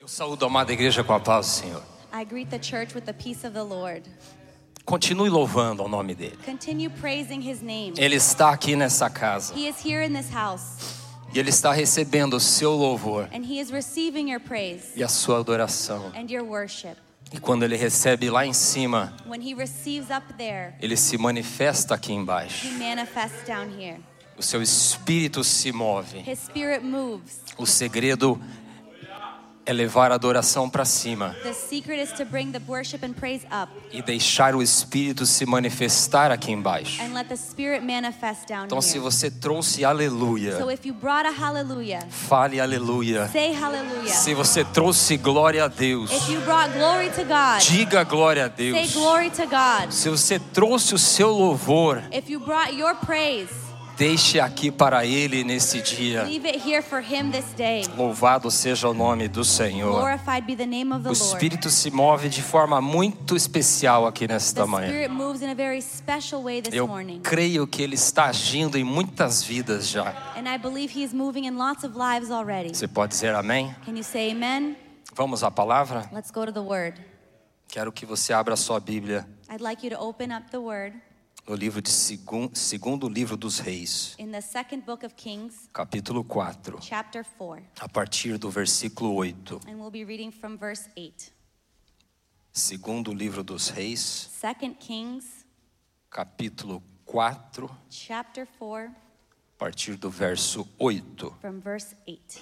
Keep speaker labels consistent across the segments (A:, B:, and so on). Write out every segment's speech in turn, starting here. A: Eu saúdo a amada igreja com a paz do Senhor.
B: I greet the church with the peace of the Lord.
A: Continue louvando ao nome dele.
B: Continue praising his name.
A: Ele está aqui nessa casa
B: He is here in this house,
A: e ele está recebendo o seu louvor
B: and he is receiving your praise
A: e a sua adoração.
B: and your worship.
A: E quando ele recebe lá em cima,
B: When he receives up there,
A: ele se manifesta aqui
B: he
A: embaixo.
B: manifests down here.
A: O seu espírito se move.
B: His spirit moves.
A: O segredo é levar a adoração para cima
B: The secret is to bring the worship and praise up
A: e deixar o espírito se manifestar aqui embaixo.
B: and let the spirit manifest down
A: Então, se
B: here.
A: você trouxe
B: So
A: aleluia,
B: if you brought a hallelujah,
A: fale aleluia.
B: say hallelujah.
A: Se você trouxe glória a Deus,
B: If you brought glory to God,
A: diga glória a
B: say
A: Deus.
B: glory to God.
A: Se você trouxe o seu louvor,
B: If you brought your praise,
A: deixe aqui para ele nesse dia.
B: leave it here for him this day.
A: Louvado seja o nome do Senhor.
B: Glorified be the name of the
A: O
B: Lord.
A: Espírito se move de forma muito especial aqui nesta
B: The
A: manhã.
B: Spirit moves in a very special way this
A: Eu
B: morning.
A: creio que ele está agindo em muitas vidas já.
B: And I believe He is moving in lots of lives already.
A: Você pode dizer amém?
B: Can you say amen?
A: Vamos à palavra?
B: Let's go to the Word.
A: Quero que você abra sua Bíblia
B: I'd like you to open up the Word
A: no livro de segun, segundo livro dos reis,
B: in the second book of Kings,
A: capítulo 4,
B: chapter 4.
A: a partir do versículo 8.
B: And we'll be reading from verse 8.
A: Segundo livro dos reis,
B: Second Kings,
A: capítulo 4, a
B: chapter 4,
A: partir do verso 8.
B: from verse 8.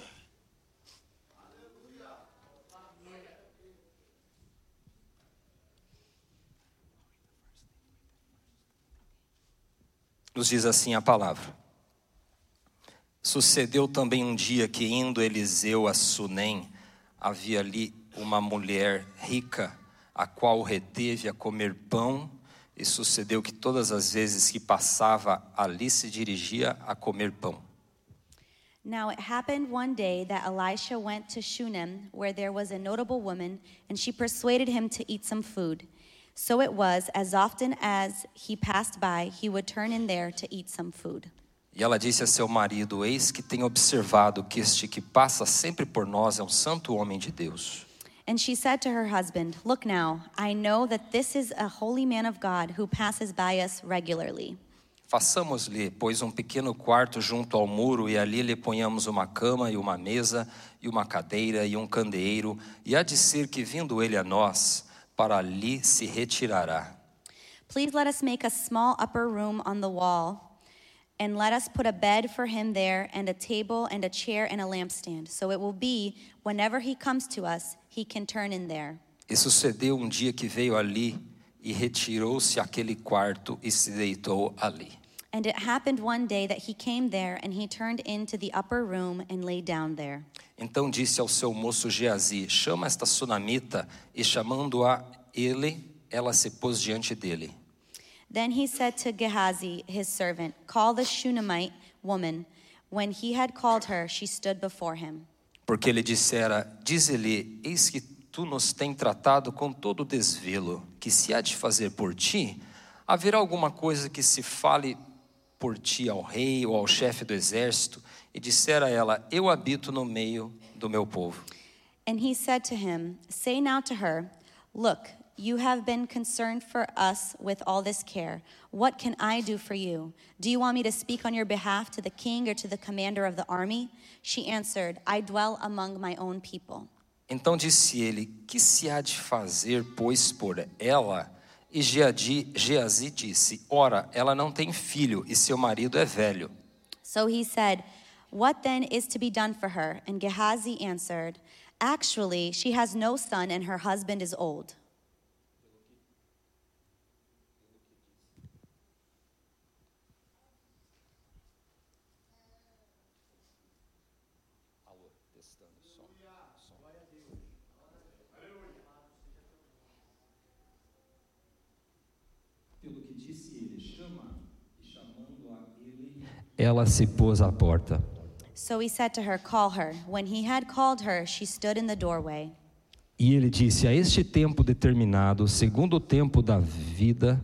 A: Nos diz assim a palavra. Sucedeu também um dia que, indo Eliseu a Sunem, havia ali uma mulher rica, a qual reteve a comer pão, e sucedeu que todas as vezes que passava ali se dirigia a comer pão.
B: Now it happened one day that Elisha went to Shunem, where there was a notable woman, and she persuaded him to eat some food. So it was, as often as he passed by, he would turn in there to eat some food.
A: E ela disse a seu marido: Eis que tenho observado que este que passa sempre por nós é um santo homem de Deus.
B: And she said to her husband, Look now, I know that this is a holy man of God who passes by us regularly.
A: Façamos-lhe, pois, um pequeno quarto junto ao muro, e ali lhe ponhamos uma cama e uma mesa, e uma cadeira e um candeeiro, e há de ser que, vindo ele a nós, para ali se retirará.
B: Please let us make a small upper room on the wall, and let us put a bed for him there, and a table, and a chair, and a lampstand. So it will be, whenever he comes to us, he can turn in there.
A: E sucedeu um dia que veio ali, e retirou-se àquele quarto e se deitou ali.
B: And it happened one day that he came there, and he turned into the upper room and lay down there.
A: Então disse ao seu moço Geazi: Chama esta sunamita, e chamando-a ele, ela se pôs diante dele.
B: Then he said to Gehazi, his servant, Call the Shunammite woman. When he had called her, she stood before him.
A: Porque ele dissera: Diz-lhe, eis que tu nos tem tratado com todo o desvelo, que se há de fazer por ti, haverá alguma coisa que se fale por ti ao rei ou ao chefe do exército? E dissera ela: Eu habito no meio do meu povo.
B: And he said to him, Say now to her, Look, you have been concerned for us with all this care. What can I do for you? Do you want me to speak on your behalf to the king or to the commander of the army? She answered, I dwell among my own people.
A: Então disse ele: Que se há de fazer, pois, por ela? E Geadi- Geazi disse: Ora, ela não tem filho e seu marido é velho.
B: So he said, What then is to be done for her? And Gehazi answered, Actually, she has no son, and her husband is old.
A: Pelo que disse ele, chama, e chamando a ele. Ela se pôs à porta.
B: So he said to her, Call her. When he had called her, she stood in the doorway.
A: E ele disse: A este tempo determinado, segundo o tempo da vida,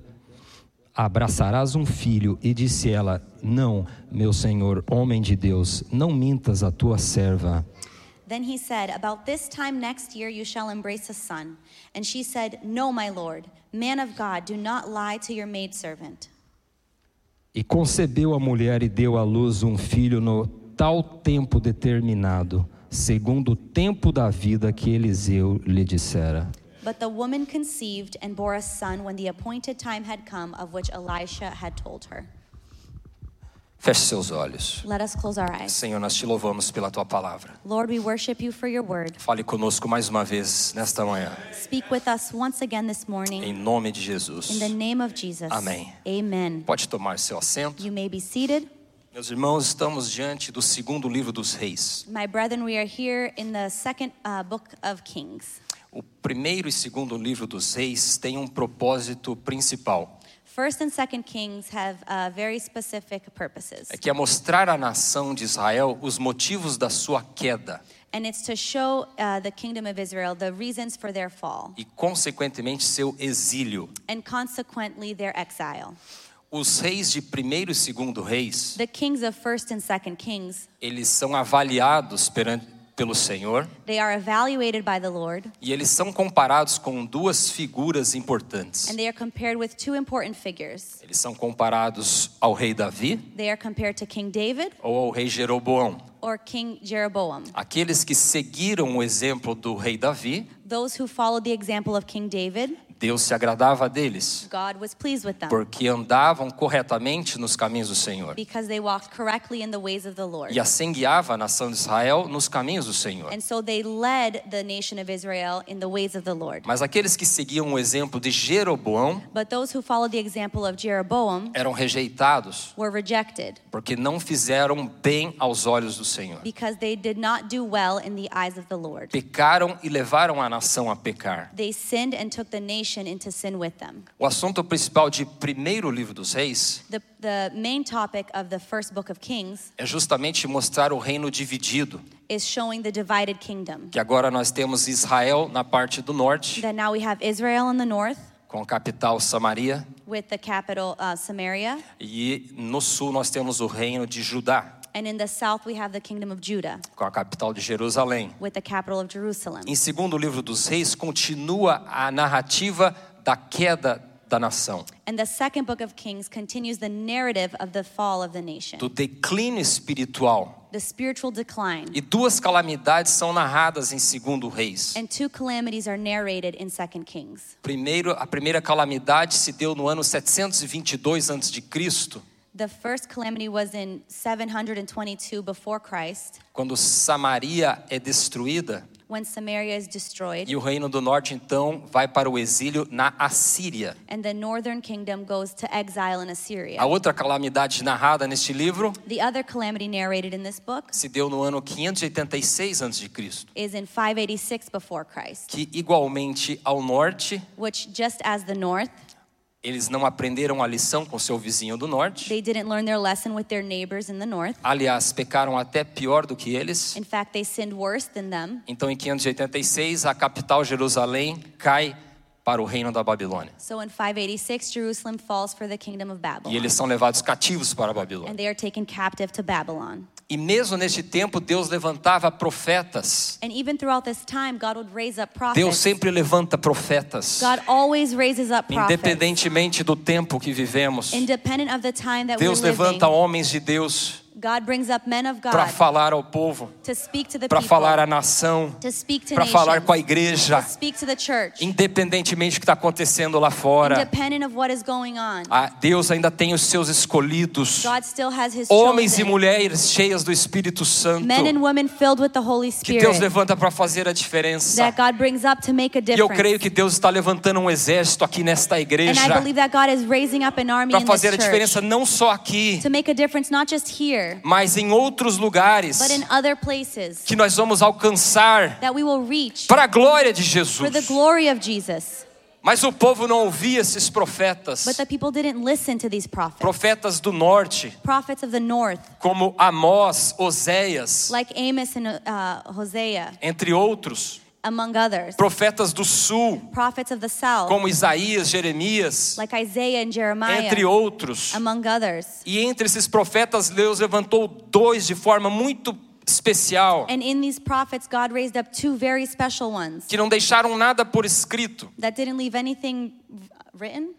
A: abraçarás um filho. E disse ela: Não, meu senhor, homem de Deus, não mintas a tua serva.
B: Then he said, About this time next year you shall embrace a son. And she said, No, my lord, man of God, do not lie to your maidservant.
A: E concebeu a mulher e deu à luz um filho no tal tempo determinado, segundo o tempo da vida que Eliseu lhe dissera.
B: But the woman conceived and bore a son when the appointed time had come of which Elisha had told her.
A: Feche seus olhos.
B: Let us close our eyes.
A: Senhor, nós te louvamos pela tua palavra.
B: Lord, we worship you for your word.
A: Fale conosco mais uma vez nesta manhã,
B: Speak with us once again this morning
A: em nome de
B: in
A: Jesus.
B: the name of Jesus.
A: Amém.
B: Amen.
A: Pode tomar seu assento.
B: You may be seated.
A: Meus irmãos, estamos diante do segundo livro dos reis.
B: My brethren, we are here in the second uh, book of Kings.
A: O primeiro e segundo livro dos reis têm um propósito principal,
B: First and Second Kings have uh, very specific purposes,
A: é que é mostrar à nação de Israel os motivos da sua queda
B: and it's to show uh, the kingdom of Israel the reasons for their fall
A: e, consequentemente, seu exílio.
B: and consequently their exile.
A: Os reis de primeiro e segundo reis,
B: The kings of First and Second Kings,
A: eles são avaliados perante, pelo Senhor
B: they are evaluated by the Lord,
A: e eles são comparados com duas figuras importantes.
B: and they are compared with two important figures.
A: Eles são comparados ao rei Davi
B: They are compared to King David
A: ou ao rei Jeroboão.
B: or King Jeroboam,
A: Aqueles que seguiram o exemplo do rei Davi,
B: those who followed the example of King David.
A: Deus se agradava deles,
B: God was pleased with them
A: porque andavam corretamente nos caminhos do Senhor.
B: because they walked correctly in the ways of the Lord.
A: E assim guiava a nação de Israel nos caminhos do Senhor.
B: And so they led the nation of Israel in the ways of the Lord.
A: Mas aqueles que seguiam o exemplo de Jeroboão
B: But those who followed the example of Jeroboam
A: eram rejeitados,
B: were rejected
A: porque não fizeram bem aos olhos do Senhor.
B: because they did not do well in the eyes of the Lord.
A: Pecaram e levaram a nação a pecar.
B: They sinned and took the nation into sin with them.
A: O assunto principal de primeiro livro dos reis
B: The, the main topic of the first book of Kings
A: é justamente mostrar o reino dividido,
B: is showing the divided kingdom.
A: que agora nós temos Israel na parte do norte,
B: That now we have Israel in the north
A: com a capital Samaria,
B: with the capital uh, Samaria,
A: e no sul nós temos o reino de Judá,
B: and in the south we have the kingdom of Judah
A: com a capital de Jerusalém.
B: with the capital of Jerusalem.
A: Em segundo livro dos reis continua a narrativa da queda da nação,
B: And the second book of Kings continues the narrative of the fall of the nation,
A: do declínio espiritual.
B: the spiritual decline.
A: E duas calamidades são narradas em segundo reis.
B: And two calamities are narrated in Second Kings.
A: Primeiro, a primeira calamidade se deu no ano 722 a.C.,
B: The first calamity was in 722 before Christ
A: quando Samaria é destruída
B: when Samaria is destroyed
A: e o reino do norte então vai para o exílio na Assíria.
B: and the northern kingdom goes to exile in
A: A
B: Assyria.
A: outra calamidade narrada neste livro
B: The other calamity narrated in this book
A: se deu no ano 586 a.C.,
B: is in 586 before Christ,
A: que igualmente ao norte,
B: which just as the north,
A: eles não aprenderam a lição com seu vizinho do norte.
B: they didn't learn their lesson with their neighbors in the north.
A: Aliás, pecaram até pior do que eles.
B: In fact, they sinned worse than them.
A: Então, em 586, a capital Jerusalém cai para o reino da Babilônia.
B: So in 586, Jerusalem falls for the kingdom of
A: E
B: Babylon,
A: eles são levados cativos para a Babilônia.
B: and they are taken captive to Babylon.
A: E mesmo neste tempo, Deus levantava profetas.
B: And even throughout this time, God would raise up prophets.
A: Deus sempre levanta profetas.
B: God always raises up prophets.
A: Independentemente do tempo que vivemos,
B: Independent of the time that
A: Deus
B: we're living,
A: levanta homens de Deus
B: God brings up men of
A: para
B: God
A: falar ao povo,
B: to speak to the
A: para
B: people,
A: falar à nação,
B: to speak to
A: para falar
B: nations,
A: com a igreja,
B: to speak to the church,
A: independentemente do que está acontecendo lá fora.
B: independent of what is going on.
A: Ah, Deus ainda tem os seus escolhidos,
B: God still has His
A: homens e
B: chosen,
A: mulheres cheias do Espírito Santo,
B: men and women filled with the Holy
A: que Deus
B: Spirit
A: levanta para fazer a diferença.
B: that God brings up to make a
A: E eu
B: difference.
A: creio que Deus está levantando um exército aqui nesta
B: and I
A: igreja
B: believe that God is raising up an army
A: para
B: in this
A: fazer a
B: church
A: diferença não só aqui,
B: to make a difference not just here,
A: mas em outros lugares
B: but in other places
A: que nós vamos alcançar
B: that we will reach
A: para a glória de
B: for
A: Jesus.
B: the glory of Jesus.
A: Mas o povo não ouvia esses profetas,
B: But the people didn't listen to these prophets.
A: profetas do norte,
B: prophets of the north,
A: como Amós, Oséias,
B: like Amos and uh, Hosea,
A: entre outros,
B: among others.
A: profetas do sul,
B: Prophets of the south,
A: como Isaías, Jeremias,
B: like Isaiah and Jeremiah,
A: entre outros.
B: among others.
A: E entre esses profetas, Deus levantou dois de forma muito especial,
B: And in these prophets, God raised up two very special ones
A: que não deixaram nada por escrito.
B: that didn't leave anything v- written.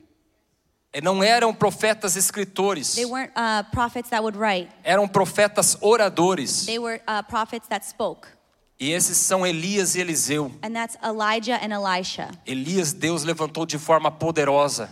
A: E Não eram profetas escritores,
B: They weren't uh, prophets that would write,
A: eram profetas oradores.
B: they were uh, prophets that spoke.
A: E esses são Elias e Eliseu.
B: And that's Elijah and Elisha.
A: Elias, Deus levantou de forma poderosa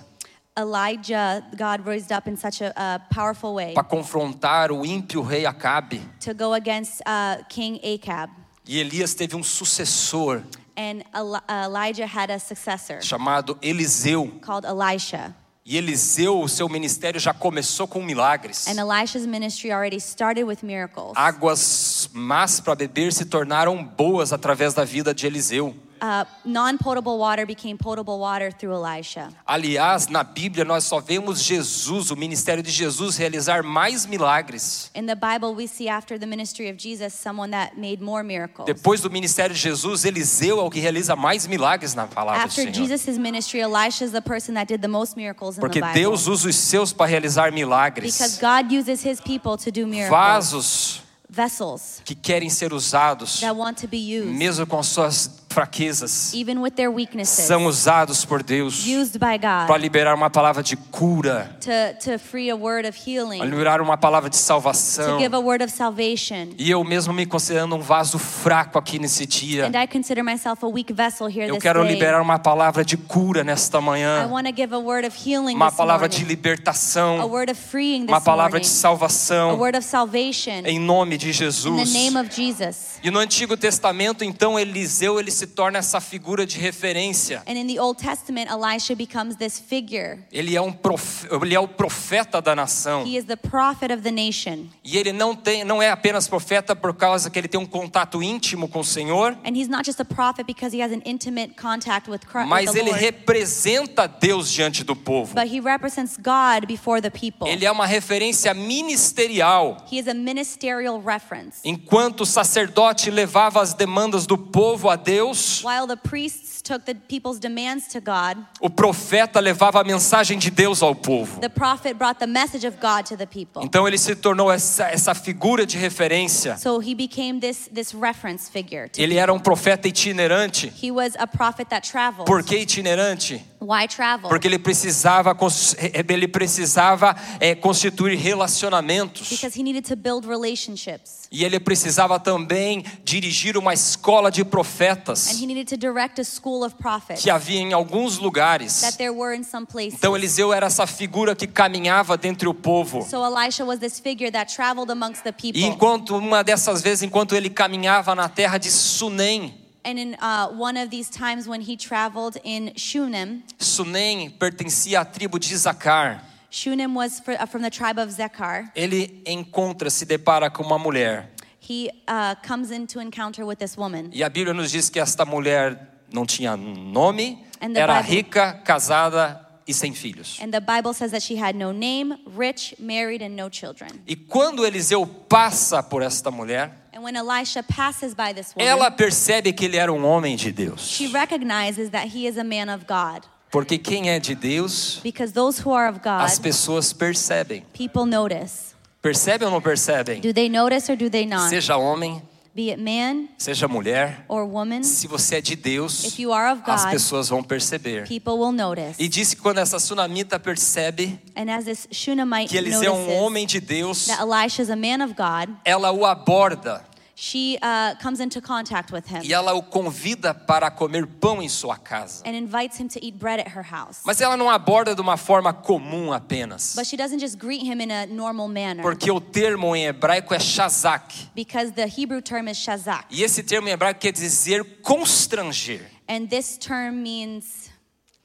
B: Elijah, God raised up in such a, uh powerful way
A: para confrontar o ímpio rei Acabe.
B: to go against uh, King Acab.
A: E Elias teve um sucessor
B: And Eli- Elijah had a successor
A: chamado Eliseu.
B: called Elisha.
A: E Eliseu, o seu ministério já começou com milagres.
B: And Elisha's ministry already started with miracles.
A: Águas más para beber se tornaram boas através da vida de Eliseu.
B: Uh, non potable water became potable water through Elisha.
A: Aliás, na Bíblia nós só vemos Jesus, o ministério de Jesus, realizar mais milagres.
B: In the Bible, we see after the ministry of Jesus someone that made more miracles.
A: Depois do ministério de Jesus, Eliseu é o que realiza mais milagres na palavra do
B: After
A: Senhor.
B: Jesus' ministry, Elisha is the person that did the most miracles in the
A: Porque
B: Bible.
A: Deus usa os seus para realizar
B: because
A: milagres.
B: God uses his people to do miracles.
A: Vasos
B: Vessels
A: que querem ser usados,
B: that want to be used,
A: mesmo com as suas fraquezas,
B: even with their weaknesses,
A: são usados por Deus
B: used by
A: para
B: God
A: liberar uma palavra de cura,
B: to, to free a word of
A: para
B: healing,
A: liberar uma palavra de
B: to
A: salvação.
B: give a word of salvation.
A: E eu mesmo me considerando um vaso fraco aqui nesse dia,
B: And I consider myself a weak vessel here
A: eu
B: this
A: quero
B: day.
A: liberar uma palavra de cura nesta
B: I
A: manhã,
B: want to give a word of healing
A: uma
B: this
A: palavra de
B: morning. a
A: libertação,
B: word of freeing
A: uma
B: this
A: palavra de
B: morning. A
A: salvação,
B: word of salvation
A: em nome de
B: in the
A: Jesus.
B: name of Jesus.
A: E no Antigo Testamento, então, Eliseu ele se torna essa figura de referência.
B: And in the Old Testament, Elisha becomes this figure.
A: Ele é, um prof... ele é o profeta da nação.
B: He is the prophet of the nation.
A: E ele não, tem, não é apenas profeta por causa que ele tem um contato íntimo com o Senhor,
B: And he's not just a prophet because he has an intimate contact with Christ,
A: mas
B: the
A: ele
B: Lord,
A: representa Deus diante do povo.
B: but he represents God before the people.
A: Ele é uma referência ministerial.
B: He is a ministerial reference.
A: Enquanto o sacerdote levava as demandas do povo a Deus,
B: While the priests took the people's demands to God,
A: o profeta levava a mensagem de Deus ao povo.
B: the prophet brought the message of God to the people.
A: Então ele se tornou essa, essa figura de referência.
B: So he became this, this reference figure. To
A: Ele era um profeta itinerante.
B: He was a prophet that traveled.
A: Por que itinerante?
B: Why travel?
A: Porque ele precisava, cons- ele precisava eh, constituir relacionamentos.
B: Because he needed to build relationships.
A: E ele precisava também dirigir uma escola de
B: And
A: profetas
B: he needed to direct a school of prophets
A: que havia em alguns lugares.
B: that there were in some places.
A: Então Eliseu era essa figura que caminhava dentre o povo.
B: So Elisha was this figure that traveled amongst the
A: E
B: people.
A: enquanto uma dessas vezes, enquanto ele caminhava na terra de Sunem,
B: And in uh, one of these times when he traveled in Shunem,
A: Sunem pertencia à tribo de Issacar.
B: Shunem was fr- uh, from the tribe of Zechar.
A: Ele encontra, se depara com uma mulher.
B: He uh, comes into encounter with this woman.
A: E a Bíblia nos diz que esta mulher não tinha um nome,
B: And the
A: era
B: Bible-
A: rica, casada e sem filhos.
B: And the Bible says that she had no name, rich, married, and no children.
A: E quando Eliseu passa por esta mulher,
B: And when Elisha passes by this woman,
A: ela percebe que ele era um homem de Deus.
B: she recognizes that he is a man of God.
A: Porque quem é de Deus,
B: Because those who are of God,
A: as pessoas percebem.
B: people notice.
A: Percebem ou não percebem?
B: Do they notice or do they not?
A: Seja homem,
B: Be it man
A: seja mulher,
B: or woman,
A: se você é de Deus,
B: Uhum. If you are of
A: as
B: God,
A: pessoas vão perceber.
B: people will notice.
A: E disse que quando essa sunamita percebe
B: And as this Shunammite
A: que Eliseu é um
B: notices
A: homem de Deus,
B: that Elisha is a man of God,
A: ela o aborda
B: she uh, comes into contact with him
A: e ela o convida para comer pão em sua casa.
B: and invites him to eat bread at her house.
A: Mas ela não aborda de uma forma comum apenas,
B: But she doesn't just greet him in a normal manner
A: porque o termo em hebraico é shazak.
B: because the Hebrew term is shazak.
A: E esse termo em hebraico quer dizer constranger.
B: And this term means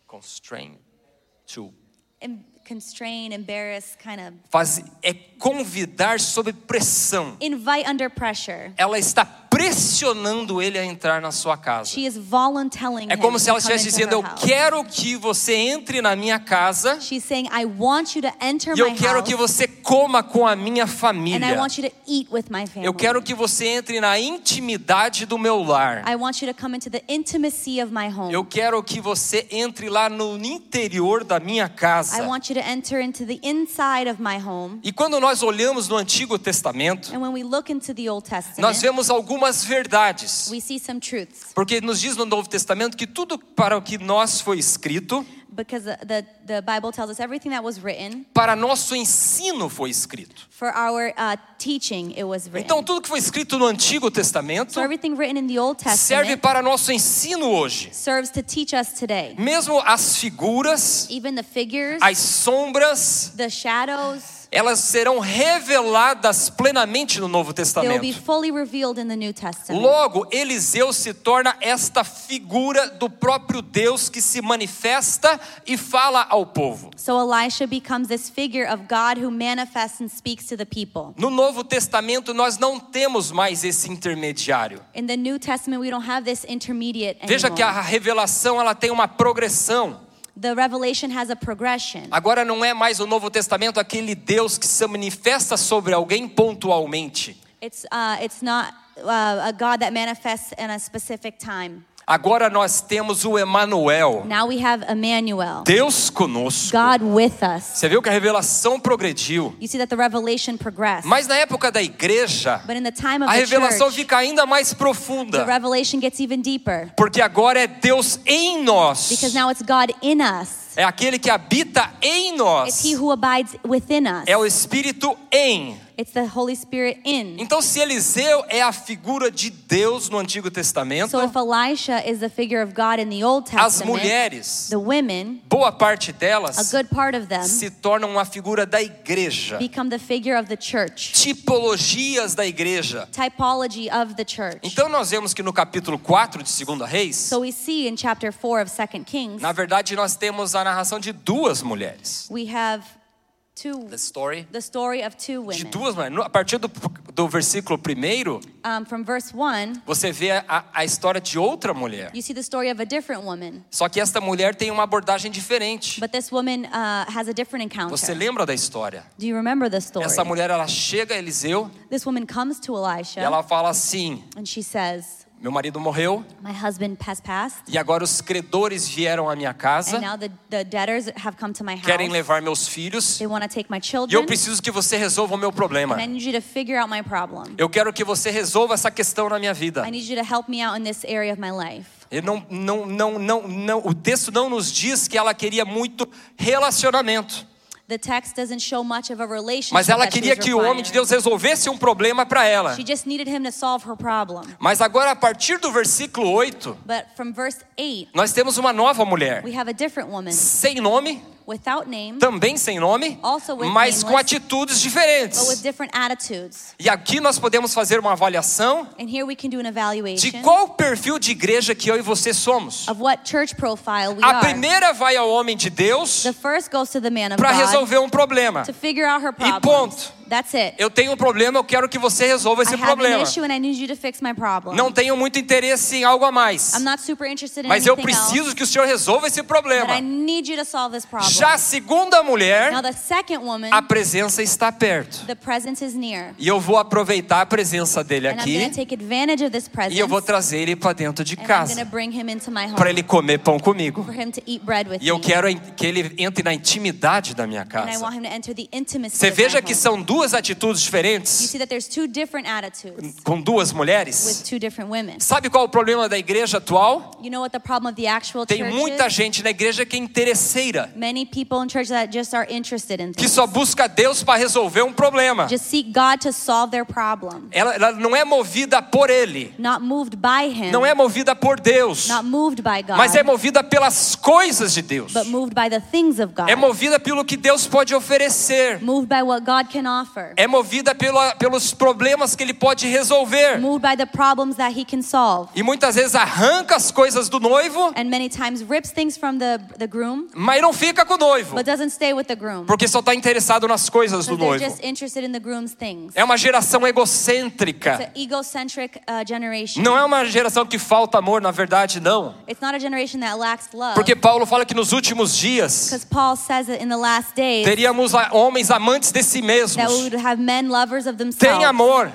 A: Constrain to.
B: em- constrain, embarrass, kind of
A: Faz, é convidar sob pressão.
B: invite under pressure.
A: Ela está pressionando ele a entrar na sua casa.
B: She is volunteering
A: É como
B: him
A: se
B: to
A: ela
B: come
A: estivesse
B: into
A: dizendo:
B: her
A: Eu
B: house.
A: quero que você entre na minha casa
B: She's saying, I want you to enter
A: e eu
B: my
A: quero
B: house,
A: que você coma com a minha
B: and I
A: família.
B: want you to eat with my family.
A: Eu quero que você entre na intimidade do meu lar.
B: I want you to come into the intimacy of my home.
A: Eu quero que você entre lá no interior da minha
B: I
A: casa.
B: want you to enter into the inside of my home.
A: E quando nós olhamos no Antigo Testamento,
B: And when we look into the Old Testament,
A: nós vemos algumas verdades.
B: we see some truths
A: Porque nos diz no Novo Testamento que tudo para o que nós foi escrito,
B: because the, the, the Bible tells us everything that was written
A: para nosso ensino foi escrito.
B: for our uh, teaching, it was written.
A: Então, tudo que foi escrito no Antigo Testamento
B: so everything written in the Old
A: serve
B: Testament
A: para nosso ensino hoje.
B: serves to teach us today.
A: Mesmo as figuras,
B: Even the figures,
A: as sombras,
B: the shadows,
A: elas serão reveladas plenamente no Novo
B: they will be
A: Testamento.
B: fully revealed in the New Testament.
A: Logo, Eliseu se torna esta figura do próprio Deus que se manifesta e fala ao povo.
B: So Elisha becomes this figure of God who manifests and speaks to the people.
A: No Novo Testamento, nós não temos mais esse intermediário.
B: In the New Testament, we don't have this intermediate
A: Veja que
B: anymore.
A: a revelação ela tem uma progressão.
B: The revelation has a progression.
A: Agora não é mais o Novo Testamento aquele Deus que se manifesta sobre alguém pontualmente.
B: It's, uh, it's not uh, a God that manifests in a specific time.
A: Agora nós temos o Emanuel,
B: Now we have Emmanuel,
A: Deus conosco.
B: God with us.
A: Você viu que a revelação progrediu.
B: You see that the revelation progressed.
A: Mas na época da igreja,
B: But in the time of
A: a
B: the
A: revelação
B: church,
A: fica ainda mais
B: the
A: profunda,
B: revelation gets even deeper
A: porque agora é Deus em
B: because
A: nós.
B: now it's God in us.
A: É aquele que habita em
B: It's
A: nós.
B: He who abides within us.
A: É o Espírito em.
B: It's the Holy Spirit in.
A: Então, se Eliseu é a figura de Deus no Antigo Testamento,
B: So if Elisha is the figure of God in the Old
A: as
B: Testament,
A: mulheres,
B: the women,
A: boa parte
B: a
A: delas,
B: good part of them,
A: se tornam uma figura da igreja,
B: become the figure of the church,
A: tipologias da igreja.
B: typology of the church.
A: Então, nós vemos que no capítulo 4 de 2 Reis,
B: So we see in chapter 4 of 2 Kings,
A: na verdade, nós temos a narração de duas mulheres.
B: we have two
A: The story
B: the story of
A: de
B: two women.
A: duas mulheres. No- A partir do, do versículo 1,
B: Um, from verse 1,
A: você vê a, a história de outra mulher.
B: you see the story of a different woman,
A: Só que esta mulher tem uma abordagem diferente.
B: but this woman uh, has a different encounter.
A: Você lembra da história?
B: Do you remember the story?
A: Essa mulher ela chega a Eliseu
B: This woman comes to Elisha
A: e ela fala assim:
B: and she says,
A: "Meu marido morreu
B: My husband has passed,
A: e agora os credores vieram à minha casa,
B: and now the, the debtors have come to my house.
A: querem levar meus filhos
B: They want to take my
A: e eu
B: children,
A: preciso que você resolva o meu problema.
B: and I need you to figure out my problem.
A: Eu quero que você resolva essa questão na minha vida."
B: I need you to help me out in this area of my life.
A: Ele não, não, não, não, não, o texto não nos diz que ela queria muito relacionamento,
B: The text doesn't show much of a relationship.
A: mas ela
B: that she
A: queria
B: was
A: que o homem de
B: requiring.
A: Deus resolvesse um problema para ela.
B: She just needed him to solve her problem.
A: Mas agora, a partir do versículo 8,
B: But from verse 8,
A: nós temos uma nova mulher,
B: we have a different woman
A: sem nome,
B: without name,
A: também sem nome,
B: Also with
A: mas com
B: nameless.
A: atitudes
B: but with
A: diferentes.
B: different attitudes.
A: E aqui nós podemos fazer uma avaliação
B: And here we can do an
A: de
B: evaluation
A: qual perfil de igreja que eu e você somos.
B: of what church profile we
A: A
B: are.
A: primeira vai ao homem de Deus
B: The first goes to the man of
A: para
B: God
A: resolver um problema.
B: to figure out her
A: E
B: problem.
A: ponto.
B: That's it.
A: Eu tenho um problema, eu quero que você resolva
B: I
A: esse
B: have an
A: problema.
B: issue and I need you to fix my problem.
A: Não tenho muito interesse em algo a mais,
B: I'm not super interested in
A: mas eu
B: anything else,
A: preciso que o senhor resolva esse
B: but I
A: problema.
B: need you to solve this problem.
A: Já a segunda
B: Now
A: mulher,
B: the second woman,
A: a presença está perto.
B: the presence is near.
A: E eu vou aproveitar a presença dele
B: And I'm going
A: aqui
B: to take advantage of this presence.
A: e eu vou trazer ele para dentro de
B: and I'm going to
A: casa
B: bring him into my home
A: para ele comer pão comigo.
B: for him to eat bread with
A: E eu
B: me.
A: quero en- que ele entre na intimidade da minha
B: And I
A: casa.
B: want him to enter the intimacy
A: Você
B: of my
A: veja
B: home.
A: que são duas atitudes
B: You
A: diferentes
B: see that there's two different attitudes
A: com duas
B: with
A: mulheres.
B: two different women.
A: Sabe qual é o problema da igreja atual?
B: You know what the problem of the actual
A: Tem
B: church
A: muita
B: is?
A: gente na igreja que é interesseira,
B: Many people in church that just are interested in
A: que
B: things.
A: só busca Deus para resolver um problema.
B: Just seek God to solve their problem.
A: Ela, ela não é movida por Ele,
B: Not moved by him.
A: não é movida por Deus,
B: Not moved by God.
A: mas é movida pelas coisas de Deus.
B: But moved by the things of God.
A: É movida pelo que Deus pode oferecer.
B: Moved by what God can offer,
A: é movida pela- pelos problemas que ele pode resolver.
B: moved by the problems that he can solve,
A: E muitas vezes arranca as coisas do noivo,
B: and many times rips things from the, the groom,
A: mas não fica com o noivo,
B: but doesn't stay with the groom.
A: porque só está interessado nas coisas do
B: Because they're
A: noivo.
B: é- just interested in the groom's things.
A: É uma geração egocêntrica.
B: It's an egocentric uh, generation.
A: Não é uma geração que falta amor, na verdade, não.
B: It's not a generation that lacks love.
A: Porque Paulo fala que nos últimos dias
B: Because Paul says that in the last days
A: teríamos a- homens amantes de si
B: that we
A: mesmos.
B: would have men lovers of themselves.
A: Tem amor,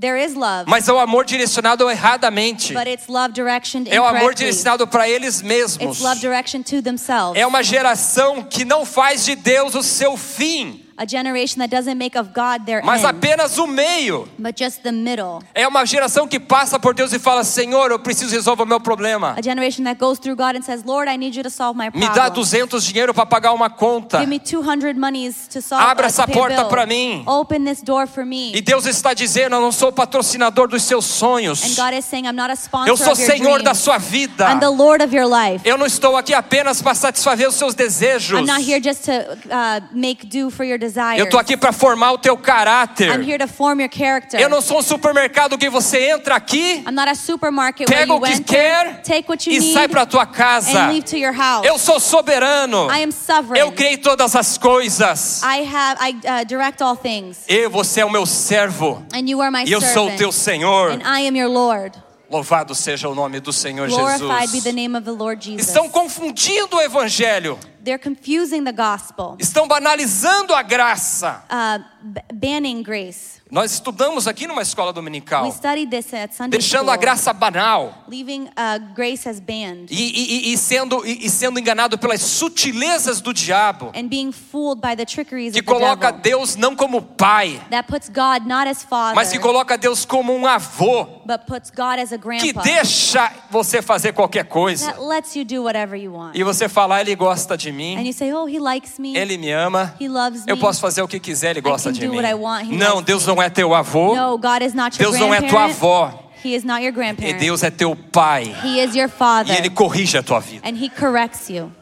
B: There is love,
A: mas é o amor direcionado erradamente.
B: but it's love directioned
A: É o amor
B: incorrectly.
A: direcionado para eles mesmos.
B: It's love direction to themselves.
A: É uma geração que não faz de Deus o seu fim,
B: A generation that doesn't make of God their
A: mas
B: end,
A: apenas o meio.
B: but just the middle.
A: É uma geração que passa por Deus e fala: Senhor, eu preciso resolver o meu problema.
B: A generation that goes through God and says, Lord, I need you to solve my
A: Me dá
B: problem.
A: 200 dinheiro para pagar uma conta.
B: Give me 200 monies to solve
A: Abra
B: uh, to
A: essa
B: pay a
A: porta
B: bill.
A: pra mim.
B: Open this door for me.
A: E Deus está dizendo: Eu não sou o patrocinador dos seus
B: And
A: sonhos.
B: God is saying, I'm not a sponsor
A: Eu sou
B: of your
A: Senhor
B: dreams.
A: da sua vida.
B: I'm the Lord of your life.
A: Eu não estou aqui apenas para satisfazer os seus desejos.
B: I'm not here just to uh, make do for your desires.
A: Eu estou aqui para formar o teu
B: I'm
A: caráter.
B: here to form your character.
A: Eu não sou um supermercado que você entra aqui,
B: I'm not a supermarket where
A: pega
B: you
A: o que
B: went
A: quer
B: take what you
A: e
B: need
A: sai para tua casa.
B: and leave to your house.
A: Eu sou soberano.
B: I am sovereign.
A: Eu criei todas as coisas.
B: I have I uh, direct all things,
A: Eu, você é o meu servo.
B: and you are my
A: E eu sou o
B: servant,
A: teu Senhor.
B: and I am your Lord.
A: Louvado seja o nome do Senhor
B: Glorified be
A: Jesus.
B: the name of the Lord Jesus.
A: Estão confundindo o evangelho.
B: They're confusing the gospel,
A: Estão banalizando a graça.
B: uh, b- banning grace.
A: Nós estudamos aqui numa escola
B: We
A: dominical,
B: studied this at Sunday
A: deixando
B: school.
A: a graça banal
B: Leaving uh, grace as banned
A: e, e- e- e sendo, e, e sendo enganado pelas sutilezas do diabo,
B: and being fooled by the trickeries
A: que
B: of the
A: coloca
B: devil.
A: Deus não como pai,
B: That puts God not as father,
A: mas que coloca Deus como um avô,
B: but puts God as a
A: que
B: grandpa.
A: deixa você fazer qualquer coisa.
B: That lets you do whatever you want.
A: E você falar, ele gosta de
B: And
A: mim,
B: you say, oh, he likes me.
A: ele me ama,
B: He loves me.
A: eu posso fazer o que quiser, ele gosta
B: can
A: de
B: do
A: mim.
B: what I want, he
A: Não,
B: loves
A: Deus não é teu avô,
B: No, God is not your
A: Deus não é tua
B: grandparent.
A: avó,
B: He is not your
A: e
B: grandparent.
A: Deus é teu pai.
B: He is
A: E
B: your father.
A: ele corrige a tua vida.
B: And he corrects you.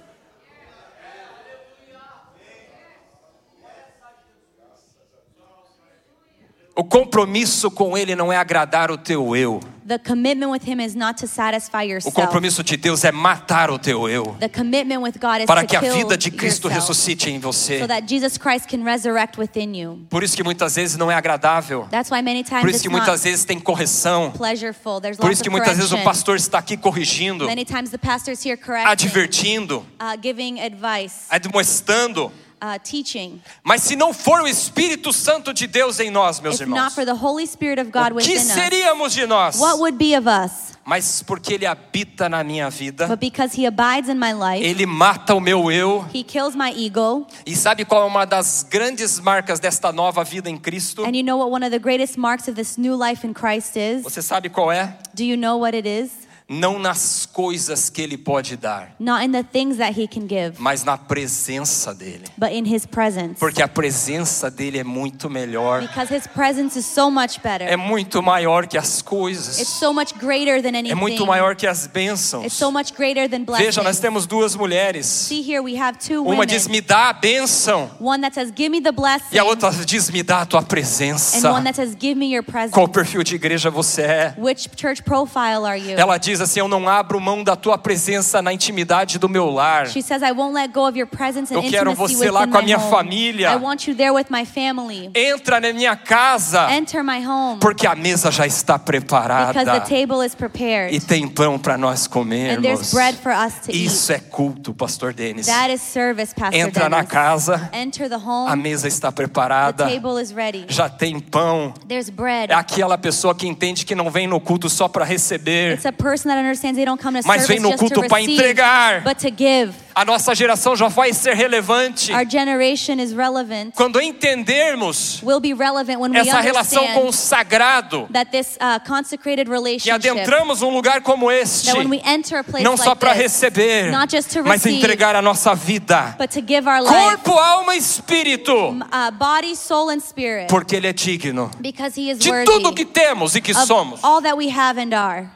A: O compromisso com Ele não é agradar o teu eu.
B: The commitment with him is not to satisfy
A: O
B: yourself.
A: compromisso de Deus é matar o teu eu.
B: The commitment with God is
A: Para
B: to
A: que a
B: kill
A: vida de Cristo
B: yourself
A: ressuscite em
B: so
A: você.
B: that Jesus Christ can resurrect within you.
A: Por isso que muitas vezes não é agradável.
B: That's why many times
A: Por isso
B: it's
A: que
B: not
A: muitas vezes tem correção.
B: pleasureful. There's
A: Por
B: lots
A: isso que
B: of
A: muitas vezes o
B: correction.
A: pastor está aqui corrigindo,
B: Many times the pastor's here correcting,
A: advertindo,
B: uh, giving advice,
A: admoestando.
B: uh, teaching.
A: Mas se não for o Espírito Santo de Deus em nós, meus
B: If not
A: irmãos,
B: for the Holy Spirit of God
A: o que
B: within us,
A: seríamos de nós?
B: what would be of us?
A: Mas porque Ele habita na minha vida,
B: But because He abides in my life,
A: Ele mata o meu eu.
B: He kills my ego.
A: E sabe qual é uma das grandes marcas desta nova vida em Cristo?
B: And you know what one of the greatest marks of this new life in Christ is?
A: Você sabe qual é?
B: Do you know what it is?
A: Não nas coisas que Ele pode dar,
B: Not in the things that He can give,
A: mas na presença dEle.
B: but in His presence.
A: Porque a presença dEle é muito melhor,
B: Because His presence is so much
A: é
B: better.
A: muito maior que as
B: It's
A: coisas,
B: so much greater than
A: é
B: anything.
A: muito maior que as
B: It's
A: bênçãos.
B: so much greater than
A: Veja, nós
B: blessings.
A: temos duas mulheres.
B: See here, we have two
A: Uma
B: women.
A: diz, me dá a bênção.
B: One that says, "Give me the blessing,"
A: E a outra diz, me dá a tua
B: and
A: presença.
B: one that says, "Give me your presence."
A: Qual perfil de igreja você é?
B: Which church profile are you?
A: Ela diz assim: Eu não abro mão da tua presença na intimidade do meu lar.
B: She says, I won't let go of your presence and
A: Eu quero
B: intimacy
A: você lá
B: within
A: com a
B: my
A: minha
B: home.
A: família.
B: I want you there with my family.
A: Entra na minha casa,
B: Enter my home
A: porque a mesa já está
B: because the
A: preparada
B: table is prepared
A: e tem pão para nós
B: and
A: comermos.
B: there's bread for us to
A: Isso é culto, pastor Denis.
B: eat. That is service, Pastor
A: Entra na
B: Dennis.
A: casa,
B: Enter the
A: a
B: home.
A: mesa está
B: The
A: preparada,
B: table is ready.
A: já tem pão.
B: There's bread.
A: É aquela pessoa que entende que não vem no culto só para receber.
B: It's a person that understands they don't come to
A: Mas
B: service
A: vem no
B: just to
A: culto pra
B: receive,
A: entregar.
B: but to give.
A: A nossa geração já vai ser relevante
B: Our generation is relevant.
A: quando entendermos
B: Will be relevant when we
A: essa relação com E o
B: understand
A: sagrado,
B: that this uh, consecrated
A: que
B: relationship.
A: adentramos um lugar como este.
B: That when we enter a place
A: não só
B: like
A: para
B: this,
A: receber,
B: not just to
A: mas
B: receive,
A: entregar a nossa vida,
B: but to give our life,
A: corpo, alma e espírito,
B: uh, body, soul, and spirit,
A: porque Ele é digno
B: because He is
A: de
B: worthy
A: tudo que temos e que
B: of
A: somos.
B: all that we have and are.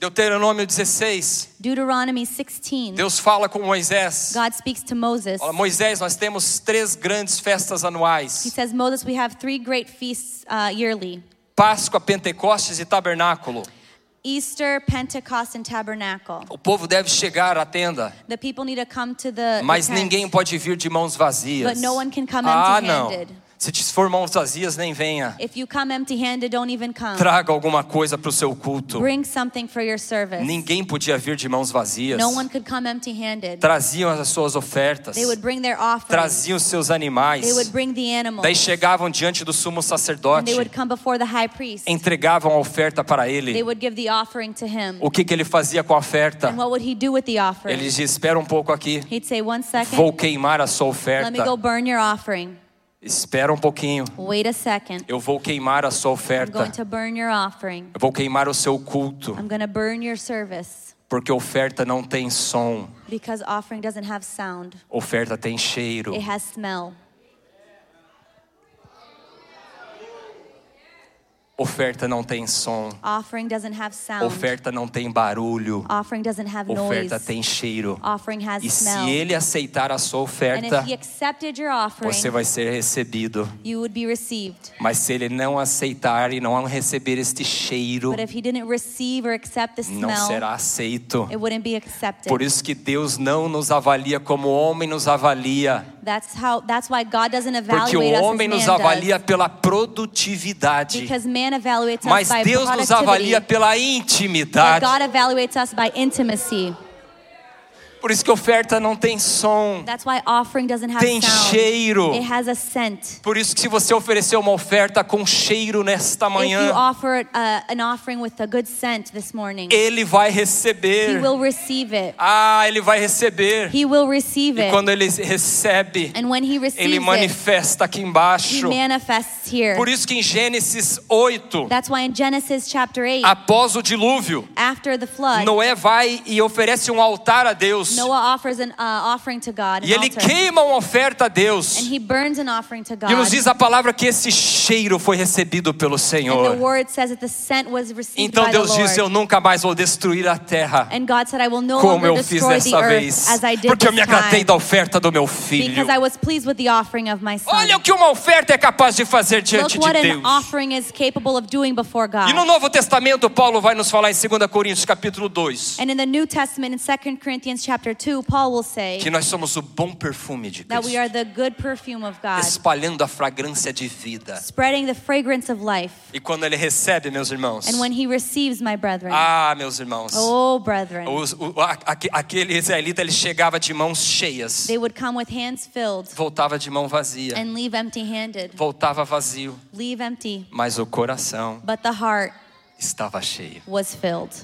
A: Deuteronômio 16,
B: Deuteronomy 16,
A: Deus fala com Moisés.
B: God speaks to Moses.
A: Fala, Moisés, nós temos três grandes festas
B: He
A: anuais:
B: says, Moses, we have three great feasts uh, yearly
A: Páscoa, Pentecostes e Tabernáculo.
B: Easter, Pentecost, and Tabernacle.
A: O povo deve chegar à tenda,
B: The people need to come to the. the
A: mas
B: tent.
A: ninguém pode vir de mãos vazias.
B: But no one can come
A: Ah, não.
B: empty-handed.
A: Se te for mãos vazias, nem venha.
B: If you come empty handed, don't even come.
A: Traga alguma coisa para o seu culto.
B: Bring something for your service.
A: Ninguém podia vir de mãos vazias.
B: No one could come empty handed.
A: Traziam as suas ofertas,
B: They would bring their offerings,
A: traziam os seus
B: they would
A: animais.
B: bring the animals,
A: Daí chegavam diante do sumo
B: and
A: sacerdote,
B: they would come before the high priest.
A: entregavam a oferta para
B: They
A: ele.
B: would give the offering to him.
A: O que, que ele fazia com a oferta?
B: And what would he do with the offering?
A: Ele dizia: Espera um pouco aqui,
B: He'd say, One second,
A: vou queimar a sua
B: let me
A: oferta.
B: go burn your offering.
A: Espera um pouquinho,
B: Wait a second.
A: eu vou queimar a sua
B: I'm
A: oferta.
B: going to burn your offering.
A: Eu vou queimar o seu culto,
B: I'm going to burn your service
A: porque oferta não tem som,
B: because offering doesn't have sound,
A: oferta tem cheiro.
B: it has smell.
A: Oferta não tem som,
B: Offering doesn't have sound,
A: oferta não tem barulho,
B: offering doesn't have noise,
A: oferta tem cheiro.
B: offering has
A: E
B: smell.
A: se ele aceitar a sua
B: And if
A: oferta,
B: he accepted your offering,
A: você vai ser recebido.
B: you would be received.
A: Mas se ele não aceitar e não receber este cheiro,
B: But if he didn't receive or accept the
A: não
B: smell,
A: será aceito.
B: it wouldn't be accepted.
A: Por isso que Deus não nos avalia como o homem nos avalia.
B: that's how. That's why God doesn't
A: Porque o
B: evaluate us as
A: homem
B: man
A: nos
B: does.
A: avalia pela produtividade.
B: because man evaluates
A: Mas
B: us by
A: Deus nos
B: productivity,
A: avalia pela
B: but
A: intimidade.
B: God evaluates us by intimacy.
A: Por isso que oferta não tem som,
B: That's why offering doesn't have
A: tem
B: sound.
A: cheiro.
B: It has a scent.
A: Por isso que se você oferecer uma oferta com cheiro nesta
B: If you
A: manhã,
B: offer uh, an offering with a good scent this morning,
A: ele vai
B: he
A: receber.
B: will receive it.
A: Ah, ele vai receber.
B: He will receive
A: E
B: it.
A: quando ele recebe,
B: and when he receives
A: ele
B: it,
A: manifesta aqui
B: he
A: embaixo.
B: manifests here.
A: Por isso que em Gênesis 8,
B: That's why in Genesis chapter 8,
A: após o dilúvio,
B: after the flood,
A: Noé vai e oferece um altar a Deus.
B: Noah offers an uh, offering to God. An
A: E ele
B: altar,
A: queima uma oferta a Deus.
B: and he burns an offering to God.
A: E nos diz a palavra que esse cheiro foi recebido pelo
B: and the
A: Senhor.
B: word says that the scent was received
A: Então
B: by
A: Deus
B: the Lord.
A: diz: Eu nunca mais vou destruir a terra
B: and God said, I will no
A: como
B: longer
A: eu fiz
B: destroy the
A: dessa vez,
B: earth as I did
A: porque eu me
B: this
A: agradei
B: time,
A: da oferta do meu filho.
B: because I was pleased with the offering of my son.
A: Olha o que uma oferta é capaz de fazer
B: Look
A: diante de
B: what an
A: Deus.
B: offering is capable of doing before God.
A: E no Novo Testamento, Paulo vai nos falar em 2 Coríntios, capítulo 2,
B: and in the New Testament, in 2 Corinthians chapter 2, Paul will say
A: que nós somos o bom perfume de
B: that we are
A: Cristo,
B: the good perfume of God,
A: espalhando a fragrância de vida.
B: spreading the fragrance of life.
A: E quando ele recebe, meus irmãos,
B: And when he receives my brethren,
A: ah, meus irmãos,
B: oh, brethren,
A: os- É o- a- aque- aquele israelita ele chegava de mãos cheias,
B: They would come with hands filled
A: voltava de mão vazia,
B: and leave empty handed.
A: voltava vazio,
B: Leave empty.
A: mas o coração
B: But the heart
A: estava cheio.
B: was filled.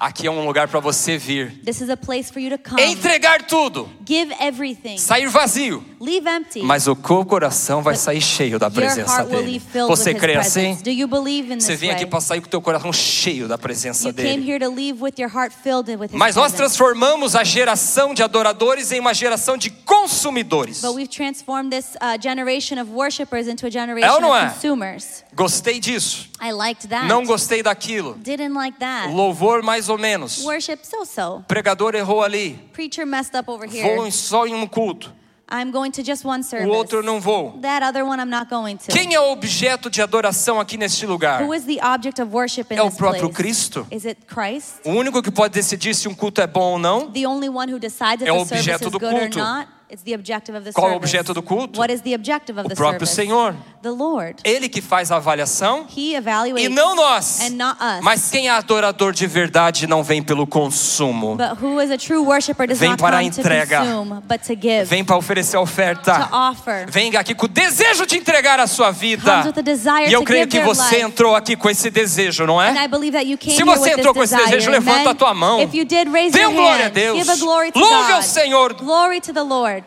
A: Aqui é um lugar para você vir,
B: This is a place for you to come.
A: entregar tudo,
B: Give everything.
A: sair vazio,
B: Leave empty.
A: mas o co- coração vai sair cheio da
B: Your
A: presença
B: heart will
A: dele.
B: leave filled with
A: Você
B: his
A: crê assim?
B: presence. Do you believe in
A: Você
B: this
A: vem aqui
B: way?
A: para sair com o teu coração cheio da presença
B: You came
A: dele.
B: here to leave with your heart filled with his
A: Mas nós
B: presence.
A: transformamos a geração de adoradores em uma geração de consumidores.
B: But we've transformed this uh, generation of worshipers into a generation
A: ou não é?
B: of consumers.
A: Gostei disso,
B: I liked that.
A: não gostei daquilo.
B: Didn't like that.
A: Louvor mais ou menos.
B: Worship so so.
A: pregador errou ali.
B: Preacher messed up over here.
A: Vou só em um culto,
B: I'm going to just one
A: o
B: service.
A: outro não vou.
B: That other one I'm not going to.
A: Quem é o objeto de adoração aqui neste lugar?
B: Who is the object of worship in
A: É o
B: this
A: próprio
B: place?
A: Cristo.
B: Is it Christ?
A: O único que pode decidir se um culto é bom ou não
B: The only one who decides if
A: É o
B: the service
A: objeto
B: is
A: do
B: good or
A: culto.
B: not? It's the objective of the
A: Qual é o
B: service.
A: objeto do culto?
B: What is the objective of
A: o
B: the
A: próprio
B: service?
A: Senhor.
B: The Lord.
A: Ele que faz a avaliação
B: He evaluates.
A: e não nós.
B: And not us.
A: Mas quem é adorador de verdade não vem pelo consumo,
B: But who is a true worshiper does
A: Vem
B: not
A: para a
B: come to
A: entrega.
B: consume, but to give,
A: vem para oferecer a
B: to
A: oferta.
B: offer.
A: Vem aqui com o desejo de entregar a sua vida.
B: Comes with a desire
A: E eu
B: to
A: creio
B: give
A: que
B: their
A: você
B: life.
A: entrou aqui com esse desejo, não
B: And I
A: é?
B: believe that you came
A: Se
B: here
A: você
B: with
A: entrou com
B: this
A: esse
B: desire,
A: desejo, levanta
B: amen?
A: a tua mão.
B: If you did, raise
A: Dê
B: your
A: um glória a
B: hand.
A: Deus.
B: Give a glory to
A: Louve
B: God.
A: ao Senhor.
B: Glory to the Lord.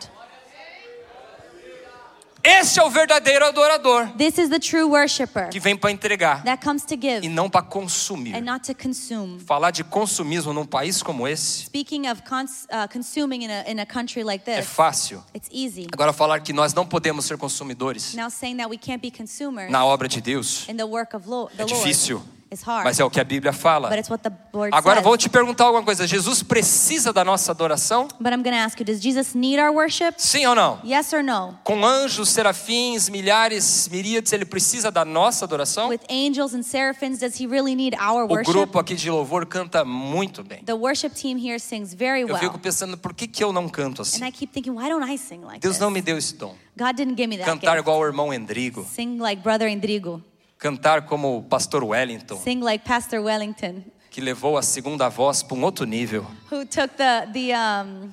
A: Esse é o verdadeiro adorador
B: This is the true worshiper
A: que vem para entregar
B: that comes to give
A: e não para consumir.
B: and not to consume.
A: Falar de consumismo num país como esse
B: Speaking of cons- uh, consuming in a, in a country like
A: é
B: this,
A: fácil.
B: it's easy.
A: Agora falar que nós não podemos ser consumidores
B: Now saying that we can't be consumers
A: na obra de Deus
B: in the work of Lo- the
A: é
B: Lord,
A: difícil.
B: is hard,
A: mas é o que a Bíblia fala.
B: but it's what the Lord
A: Agora
B: says.
A: vou te perguntar alguma coisa: Jesus precisa da nossa adoração?
B: But I'm going to ask you, does Jesus need our worship?
A: Sim ou não?
B: Yes or no?
A: Com anjos, serafins, milhares, miríades, ele precisa da nossa adoração?
B: With angels and seraphims, does he really need our
A: O
B: worship?
A: grupo aqui de louvor canta muito bem.
B: The worship team here sings very
A: Eu fico
B: well.
A: pensando, por que, que eu não canto assim?
B: And I keep thinking, why don't I sing like
A: Deus
B: this?
A: não me deu esse dom.
B: God didn't give me that
A: Cantar
B: gift.
A: igual o irmão Endrigo,
B: Sing like Brother Indrigo.
A: cantar como o pastor Wellington,
B: Sing like Pastor Wellington,
A: que levou a segunda voz para um outro nível.
B: who took the, the, um,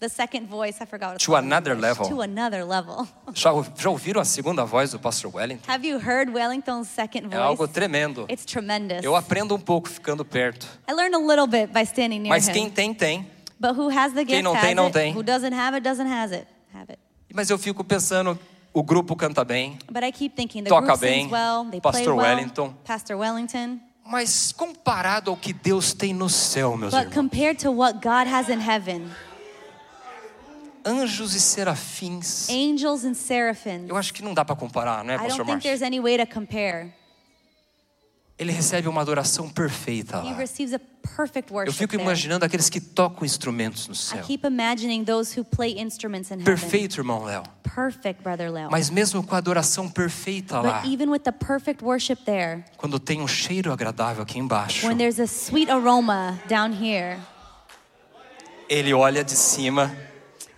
B: the second voice, I forgot what it's
A: To
B: called in
A: another
B: English.
A: level.
B: To another level.
A: Já, ou- já ouviram a segunda voz do pastor Wellington?
B: Have you heard Wellington's second
A: É
B: voice?
A: algo tremendo.
B: It's tremendous.
A: Eu aprendo um pouco ficando perto.
B: I learned a little bit by standing near
A: Mas
B: him.
A: quem tem, tem.
B: But who has the gift
A: não
B: has
A: tem, não
B: it.
A: tem.
B: Who doesn't have it doesn't has it. Have it.
A: Mas eu fico pensando, o grupo canta bem,
B: But I keep thinking the
A: Toca
B: group
A: bem.
B: sings well, they play
A: Pastor
B: well.
A: Wellington.
B: Pastor Wellington.
A: mas comparado ao que Deus tem no céu, meus
B: But
A: irmãos.
B: compared to what God has in heaven,
A: Anjos e serafins.
B: angels and seraphims.
A: Eu acho que não dá para comparar, não é,
B: I don't
A: pastor
B: think
A: Márcio?
B: there's any way to compare.
A: Ele recebe uma adoração perfeita
B: He
A: lá.
B: receives a perfect
A: Eu
B: worship.
A: fico
B: there.
A: imaginando aqueles que tocam instrumentos no
B: I
A: céu.
B: keep imagining those who play instruments in heaven.
A: Perfeito, irmão Léo.
B: Perfect, brother Leo.
A: Mas mesmo com a adoração perfeita lá,
B: But even with the perfect worship there,
A: quando tem um cheiro agradável aqui embaixo,
B: when there's a sweet aroma down here,
A: ele olha de cima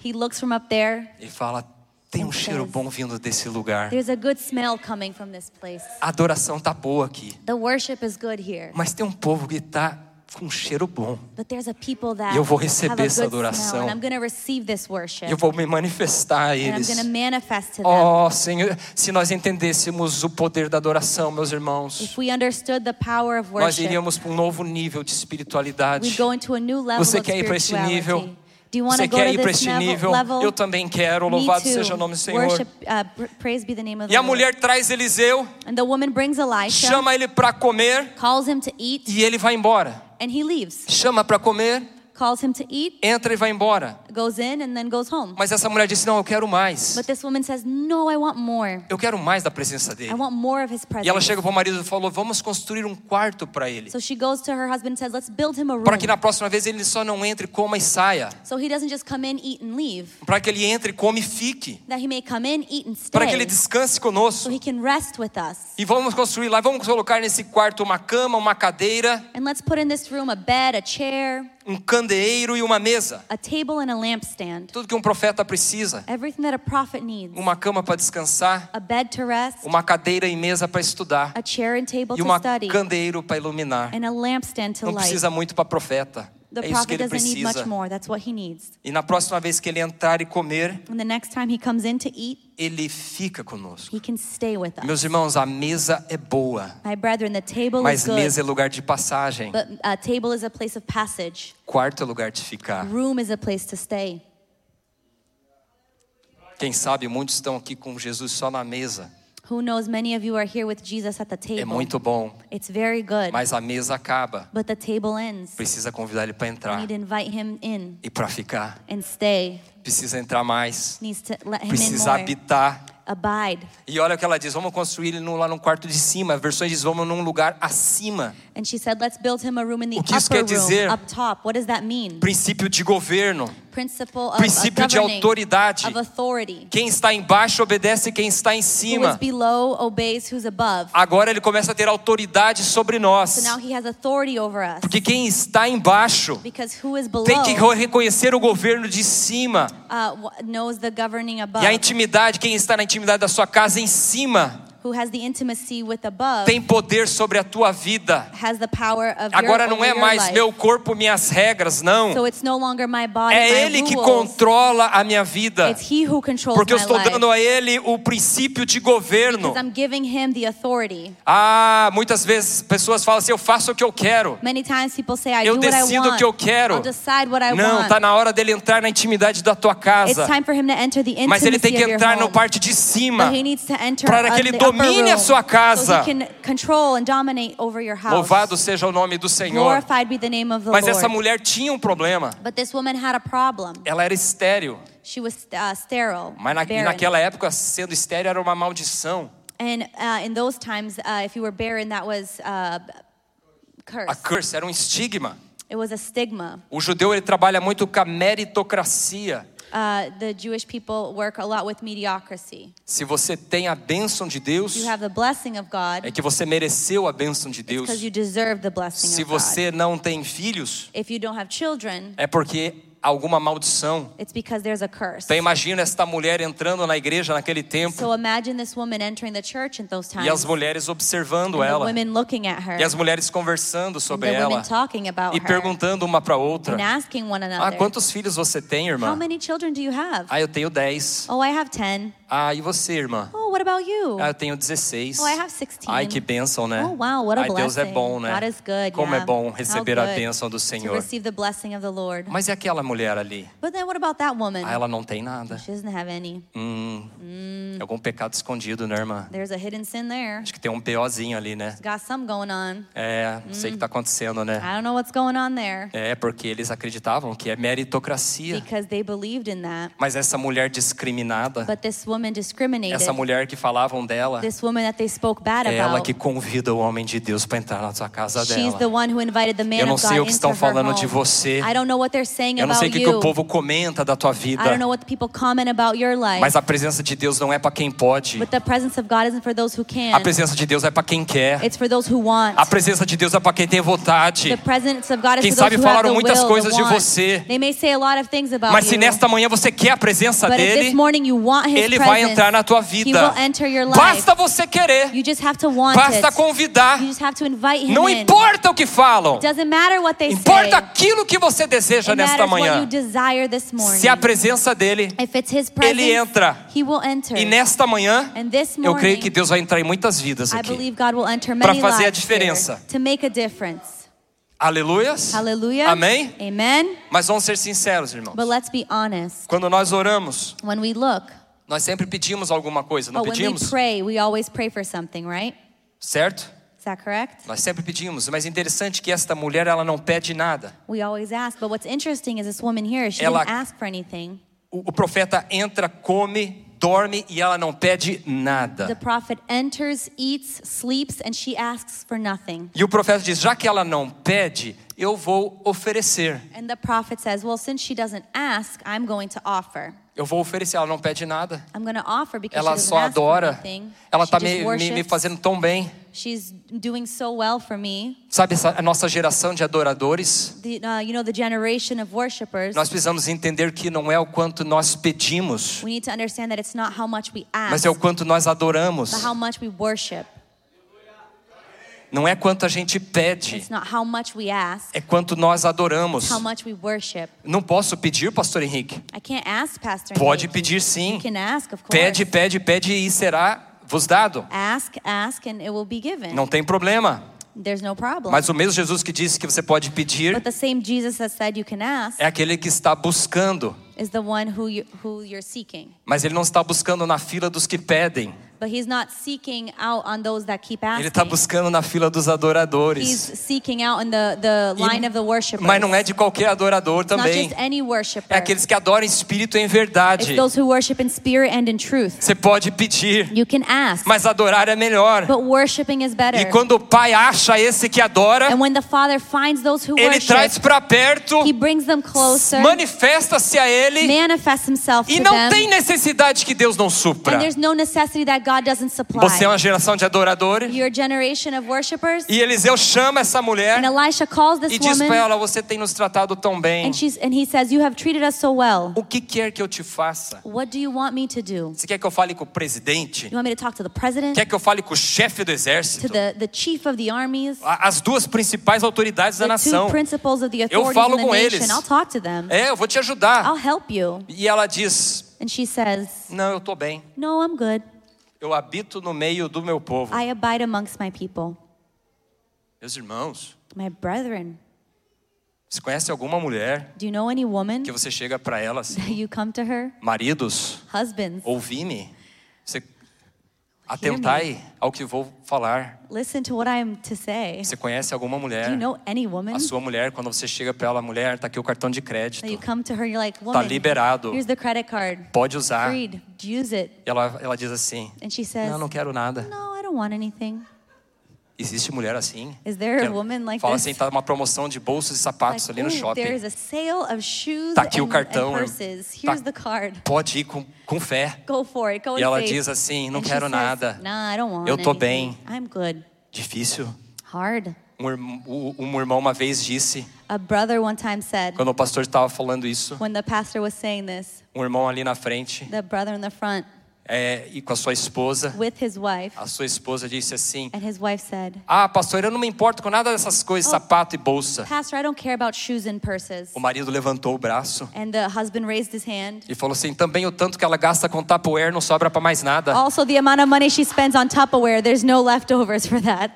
B: he looks from up there.
A: e fala: tem um cheiro bom vindo desse lugar.
B: There's a good smell coming from this place.
A: A adoração tá boa aqui,
B: The worship is good here,
A: mas tem um povo que tá com um cheiro bom.
B: but there's a people that
A: E eu vou
B: have a
A: receber
B: good
A: essa
B: smell,
A: adoração.
B: and I'm going to receive this worship,
A: E eu vou me manifestar a
B: and I'm going to
A: eles.
B: manifest to them.
A: Oh, Senhor, se nós entendêssemos o poder da adoração, meus irmãos,
B: If we understood the power of
A: nós
B: worship,
A: iríamos para um novo nível de
B: we
A: espiritualidade.
B: go into a new level
A: Você
B: of
A: quer ir para este nível?
B: spirituality. Do you want
A: Você
B: to go
A: quer
B: to
A: ir para
B: this
A: este
B: nev-
A: nível?
B: level?
A: Eu também quero.
B: Me
A: Louvado
B: too.
A: seja o nome do Senhor.
B: Worship, uh, pr- praise be the name of
A: E a
B: the
A: mulher
B: Lord.
A: traz Eliseu,
B: And the woman brings Elisha,
A: chama ele para comer
B: calls him to eat,
A: e ele vai embora.
B: and he leaves.
A: Chama para comer,
B: Calls him to eat,
A: entra e vai embora.
B: goes in, and then goes home.
A: Mas essa mulher disse: Não, eu quero mais.
B: But this woman says, No, I want more.
A: Eu quero mais da presença
B: I
A: dele.
B: want more of his
A: E ela
B: presence.
A: chega para o marido e falou: Vamos construir um quarto para ele.
B: So she goes to her husband and says, Let's build him a room.
A: Para que na próxima vez ele só não entre, coma e saia.
B: So he doesn't just come in, eat, and leave.
A: Para que ele entre, come e fique.
B: That he may come in, eat, and stay.
A: Para que ele descanse
B: So
A: conosco.
B: he can rest with us.
A: E vamos construir lá, vamos colocar nesse quarto uma cama, uma cadeira,
B: And let's put in this room a bed, a chair,
A: um candeeiro e uma mesa.
B: a table, and a lampstand.
A: Tudo que um profeta precisa.
B: Everything that a prophet needs
A: Uma cama para descansar,
B: a bed to rest,
A: uma cadeira e mesa para estudar
B: a chair and table
A: e
B: to
A: um
B: study,
A: candeeiro para iluminar.
B: and a lampstand to
A: Não
B: light.
A: precisa muito para profeta.
B: The
A: É isso que
B: prophet
A: ele
B: doesn't need much
A: precisa.
B: more. That's what he needs.
A: E na próxima vez que ele entrar e comer,
B: And the next time he comes in to eat,
A: ele fica conosco.
B: he can stay with us.
A: Meus irmãos, a mesa é boa,
B: My brethren, the table
A: mas
B: is good,
A: mesa é lugar de passagem,
B: but a table is a place of passage.
A: quarto é lugar de ficar.
B: Room is a place to stay.
A: Quem sabe muitos estão aqui com Jesus só na mesa.
B: Who knows? Many of you are here with Jesus at the
A: É
B: table.
A: muito bom,
B: It's very good,
A: mas a mesa acaba.
B: but the table ends.
A: Precisa convidar ele para
B: We
A: entrar
B: need to invite him in
A: e para ficar.
B: and stay.
A: Precisa entrar mais,
B: Needs to let him in
A: precisa
B: more.
A: habitar.
B: Abide.
A: E olha o que ela diz: vamos construir ele num- lá no quarto de cima. Versões diz: vamos num lugar acima.
B: And she said, "Let's build him a room in the
A: O que isso quer
B: upper
A: dizer?
B: room, up top." What does that mean?
A: Princípio de governo.
B: Principle of,
A: Princípio
B: of
A: de
B: governing,
A: autoridade.
B: of authority.
A: Quem está embaixo obedece quem está em
B: Who is
A: cima. Ah.
B: below obeys who's above.
A: Agora ele começa a ter autoridade sobre
B: So
A: nós.
B: now he has authority over us.
A: Porque quem está embaixo
B: Because who is below
A: tem que re- reconhecer o governo de cima.
B: uh, wh- knows the governing above.
A: E a intimidade, quem está na intimidade da sua casa em cima,
B: Who has the intimacy with above
A: tem poder sobre a tua vida.
B: has the power of your-
A: Agora não
B: over
A: é
B: your
A: mais
B: life.
A: meu corpo, minhas regras, não.
B: So it's no longer my body,
A: É
B: my
A: ele que
B: rules.
A: controla a minha vida.
B: It's he who controls
A: Porque eu
B: my
A: estou
B: life.
A: dando a ele o princípio de governo.
B: Because I'm giving him the authority.
A: Ah, muitas vezes pessoas falam assim: eu faço o que eu quero.
B: Many times people say, I
A: Eu
B: do what I
A: decido o
B: want.
A: que eu quero.
B: I'll decide what I
A: Não,
B: want.
A: tá na hora dele entrar na intimidade da tua
B: It's
A: casa.
B: time for him to enter the intimacy
A: Mas ele tem que
B: of your
A: entrar na
B: home.
A: parte de cima.
B: But he needs to enter
A: para que
B: on
A: ele
B: the upper
A: domine a
B: room,
A: sua casa.
B: So he can control and dominate over your house.
A: Louvado seja o nome do Senhor.
B: Glorified be the name of the
A: Mas
B: Lord.
A: essa mulher tinha um problema.
B: But this woman had a problem.
A: Ela era estéril.
B: She was uh, sterile.
A: Mas na, e
B: barren.
A: naquela época, sendo estéril era uma maldição.
B: And uh, in those times, uh, if you were barren, that was uh,
A: A
B: curse.
A: curse era um estigma.
B: It was a stigma.
A: O judeu ele trabalha muito com a meritocracia.
B: Uh, the Jewish people work a lot with mediocrity.
A: Se você tem a bênção de Deus,
B: You have the blessing of
A: é
B: God
A: que você mereceu a bênção de Deus.
B: because you deserve the blessing
A: Se
B: of God.
A: você não tem filhos,
B: If you don't have children,
A: é porque alguma maldição.
B: it's because there's a curse.
A: Então imagina esta mulher entrando na igreja naquele tempo
B: So imagine this woman entering the church in those
A: e as
B: times,
A: mulheres observando
B: and the
A: ela
B: women looking at her,
A: e as mulheres conversando
B: and
A: sobre
B: the
A: ela
B: women talking
A: e
B: about her,
A: perguntando uma para outra.
B: and asking one
A: Ah,
B: another,
A: quantos filhos você tem,
B: How
A: irmã?
B: many children do you have?
A: Ah, eu tenho 10.
B: Oh, I have 10.
A: Ah, e você, irmã?
B: Oh, what about you?
A: Ah, eh. eu tenho 16.
B: Oh, I have 16.
A: Ai, que bênção, né?
B: Oh, wow, what a
A: Ai, Deus é
B: blessing.
A: bom, né?
B: God is good,
A: eh. Como
B: yeah.
A: é bom
B: How
A: receber a
B: good
A: bênção do
B: to
A: Senhor.
B: receive the blessing of the Lord.
A: Mas e aquela mulher ali?
B: But then what about that woman?
A: Ah, ela não tem nada.
B: She doesn't have any.
A: Hum,
B: Uhum.
A: algum pecado escondido, né, irmã?
B: There's a hidden sin there.
A: Acho que tem um POzinho ali, né?
B: Got some going on.
A: É, não sei o que tá acontecendo, né?
B: I don't know what's going on there
A: É, porque eles acreditavam que é meritocracia.
B: because they believed in that.
A: Mas essa mulher discriminada,
B: But this woman
A: essa
B: discriminated.
A: mulher que falavam dela,
B: This woman that they spoke bad
A: é ela
B: about.
A: que convida o homem de Deus para entrar na sua casa
B: She's the
A: dela.
B: one who invited the man
A: Eu não
B: of God
A: sei o que
B: into
A: estão
B: her
A: falando de
B: home.
A: você.
B: I don't know what they're saying
A: Eu não sei o
B: about
A: que, que
B: you.
A: o povo comenta da tua vida.
B: I don't know what the people comment about your life.
A: Mas a presença de Deus não é para quem pode.
B: But the presence of God isn't for those who
A: A
B: can.
A: presença de Deus é para quem quer.
B: It's for those who want.
A: A presença de Deus é para quem tem vontade.
B: The presence of God is
A: Quem
B: for those
A: sabe
B: who have
A: falaram
B: the
A: muitas
B: will,
A: coisas
B: the
A: de
B: want.
A: você.
B: They may say a lot of things about
A: Mas se
B: you.
A: nesta manhã você quer a presença
B: but if
A: dele,
B: this morning you want his
A: ele vai
B: presence,
A: entrar na tua
B: he
A: vida.
B: will enter your life.
A: Basta você querer.
B: you just have to want
A: Basta
B: it.
A: convidar.
B: You just have to invite him
A: Não
B: in.
A: importa o que falam.
B: It doesn't matter what they say.
A: Importa aquilo que você deseja
B: It
A: nesta
B: matters what you
A: manhã.
B: desire this morning.
A: Se a presença dele.
B: If it's his presence,
A: entra.
B: he will enter.
A: E nesta manhã,
B: And this
A: eu creio
B: morning,
A: que Deus vai entrar em muitas vidas
B: I
A: aqui.
B: believe God will enter
A: Pra
B: many
A: fazer a
B: lives here
A: diferença.
B: to make a difference.
A: Aleluias.
B: Hallelujah.
A: Amém?
B: Amen.
A: Mas vamos ser sinceros, irmãos.
B: But let's be honest.
A: Quando nós oramos,
B: When we look,
A: nós sempre pedimos alguma coisa, não
B: but when we
A: pedimos?
B: pray, we always pray for something, right?
A: Certo?
B: Is that correct?
A: Nós sempre pedimos, mas é interessante que esta mulher ela não pede nada.
B: We always ask. But what's interesting is this woman here, she
A: Ela-
B: didn't ask for anything.
A: O, o profeta entra, come, dorme e ela não pede
B: The
A: nada.
B: prophet enters, eats, sleeps, and she asks for nothing.
A: E o profeta diz: já que ela não pede, eu vou oferecer.
B: And the prophet says, Well, since she doesn't ask, I'm going to offer.
A: Eu vou oferecer. Ela não pede nada.
B: I'm going to offer because
A: Ela
B: she doesn't
A: só
B: ask for
A: adora.
B: anything.
A: Ela
B: she
A: está
B: just
A: me, me,
B: worships.
A: me fazendo tão bem.
B: She's doing so well for me.
A: Sabe, essa, a nossa geração de adoradores,
B: The, uh, you know, the generation of worshipers,
A: nós precisamos entender que não é o quanto nós pedimos,
B: we need to understand that it's not how much we ask,
A: mas é o quanto nós adoramos.
B: but how much we worship.
A: Não é quanto a gente pede,
B: It's not how much we ask,
A: é quanto nós adoramos.
B: it's how much we worship.
A: Não posso pedir, pastor Henrique?
B: I can't ask, Pastor.
A: Pode
B: Henrique.
A: pedir sim.
B: You can ask, of course.
A: Pede, pede, pede e será vos dado.
B: Ask, ask, and it will be given.
A: Não tem problema.
B: There's no problem.
A: Mas o mesmo Jesus que disse que você pode pedir
B: but the same Jesus that said you can ask
A: é aquele que está buscando.
B: is the one who, you, who you're seeking.
A: Mas ele não está buscando na fila dos que pedem.
B: But he's not seeking out on those that keep asking.
A: Ele está buscando na fila dos
B: He's
A: adoradores.
B: seeking out in the, the
A: E-
B: line of the worshipers.
A: Mas não é de qualquer adorador
B: It's not just
A: também.
B: any worshiper.
A: É aqueles que adoram em espírito e em
B: It's
A: verdade.
B: those who worship in spirit and in truth.
A: Você pode pedir,
B: You can ask,
A: mas adorar é melhor.
B: but worshiping is better.
A: E quando o pai acha esse que adora,
B: and when the Father finds those who
A: ele
B: worship,
A: traz para perto,
B: He brings them closer,
A: manifesta-se a ele
B: manifests Himself
A: e
B: to
A: não
B: them,
A: tem necessidade que Deus não supra.
B: and there's no necessity that God doesn't supply.
A: Você é uma geração de adoradores.
B: Your generation of worshipers,
A: E Eliseu chama essa mulher
B: and Elisha calls this
A: e diz para
B: woman,
A: ela: Você tem nos tratado tão bem.
B: and she's and he says, "You have treated us so well.
A: O que quer que eu te faça?
B: What do you want me to do?
A: Você quer que eu fale com o presidente?
B: You want me to talk to the president,
A: Quer que eu fale com o chefe do
B: to
A: exército?
B: the the chief of the armies,
A: A- As duas principais autoridades da
B: the two
A: nação.
B: principals of the authorities
A: falo
B: in the
A: com
B: nation?
A: eles.
B: I'll talk to them.
A: É, eu vou te ajudar.
B: I'll help you."
A: E ela diz:
B: And she says,
A: Não, eu tô bem.
B: No, I'm good.
A: Eu habito no meio do meu povo.
B: I abide amongst my people,
A: Meus irmãos,
B: my brethren.
A: você conhece alguma mulher
B: Do you know any woman?
A: que você chega para ela assim,
B: You come to her,
A: maridos,
B: husbands.
A: ouvi-me. Você Atentai ao que vou falar.
B: Listen to what I am to say.
A: Você conhece alguma
B: Do
A: mulher?
B: you know any woman
A: A sua mulher, quando você chega para ela, mulher, tá aqui o cartão de
B: that you
A: crédito.
B: come to her and you're like,
A: Tá
B: woman,
A: liberado.
B: here's the credit card.
A: Pode usar. E
B: Read, use it.
A: ela, ela diz assim:
B: And she says,
A: Não, não quero nada.
B: no, I don't want anything.
A: Existe mulher assim?
B: Is there a
A: Quero-
B: woman like
A: Fala
B: this?
A: assim: tá uma promoção de bolsas e
B: Like,
A: sapatos ali no
B: "Ooh, there
A: shopping.
B: is a sale of shoes
A: Tá aqui o
B: and,
A: cartão,
B: and purses.
A: tá-
B: Here's the card.
A: Pode ir com, com fé.
B: Go for it. Go
A: E
B: in
A: ela
B: faith."
A: diz assim, "Não
B: And she
A: quero
B: says,
A: nada.
B: Nah, I don't want
A: Eu tô
B: anything.
A: bem."
B: I'm good.
A: Difícil.
B: Hard.
A: Um, irm- o- um irmão uma vez disse,
B: A brother one time said,
A: quando o pastor estava falando isso,
B: when the pastor was saying this,
A: um irmão ali na frente,
B: the brother in the front
A: é, e com a sua esposa,
B: with his wife,
A: a sua esposa disse assim:
B: and his wife said,
A: Ah, pastor, eu não me importo com nada dessas coisas,
B: Oh.
A: sapato e bolsa.
B: Pastor, I don't care about shoes and purses.
A: O marido levantou o braço
B: And the husband raised his hand.
A: e falou assim: Também o tanto que ela gasta com tapoer não sobra para mais nada.
B: Also, the amount of money she spends on Tupperware, there's no leftovers for that.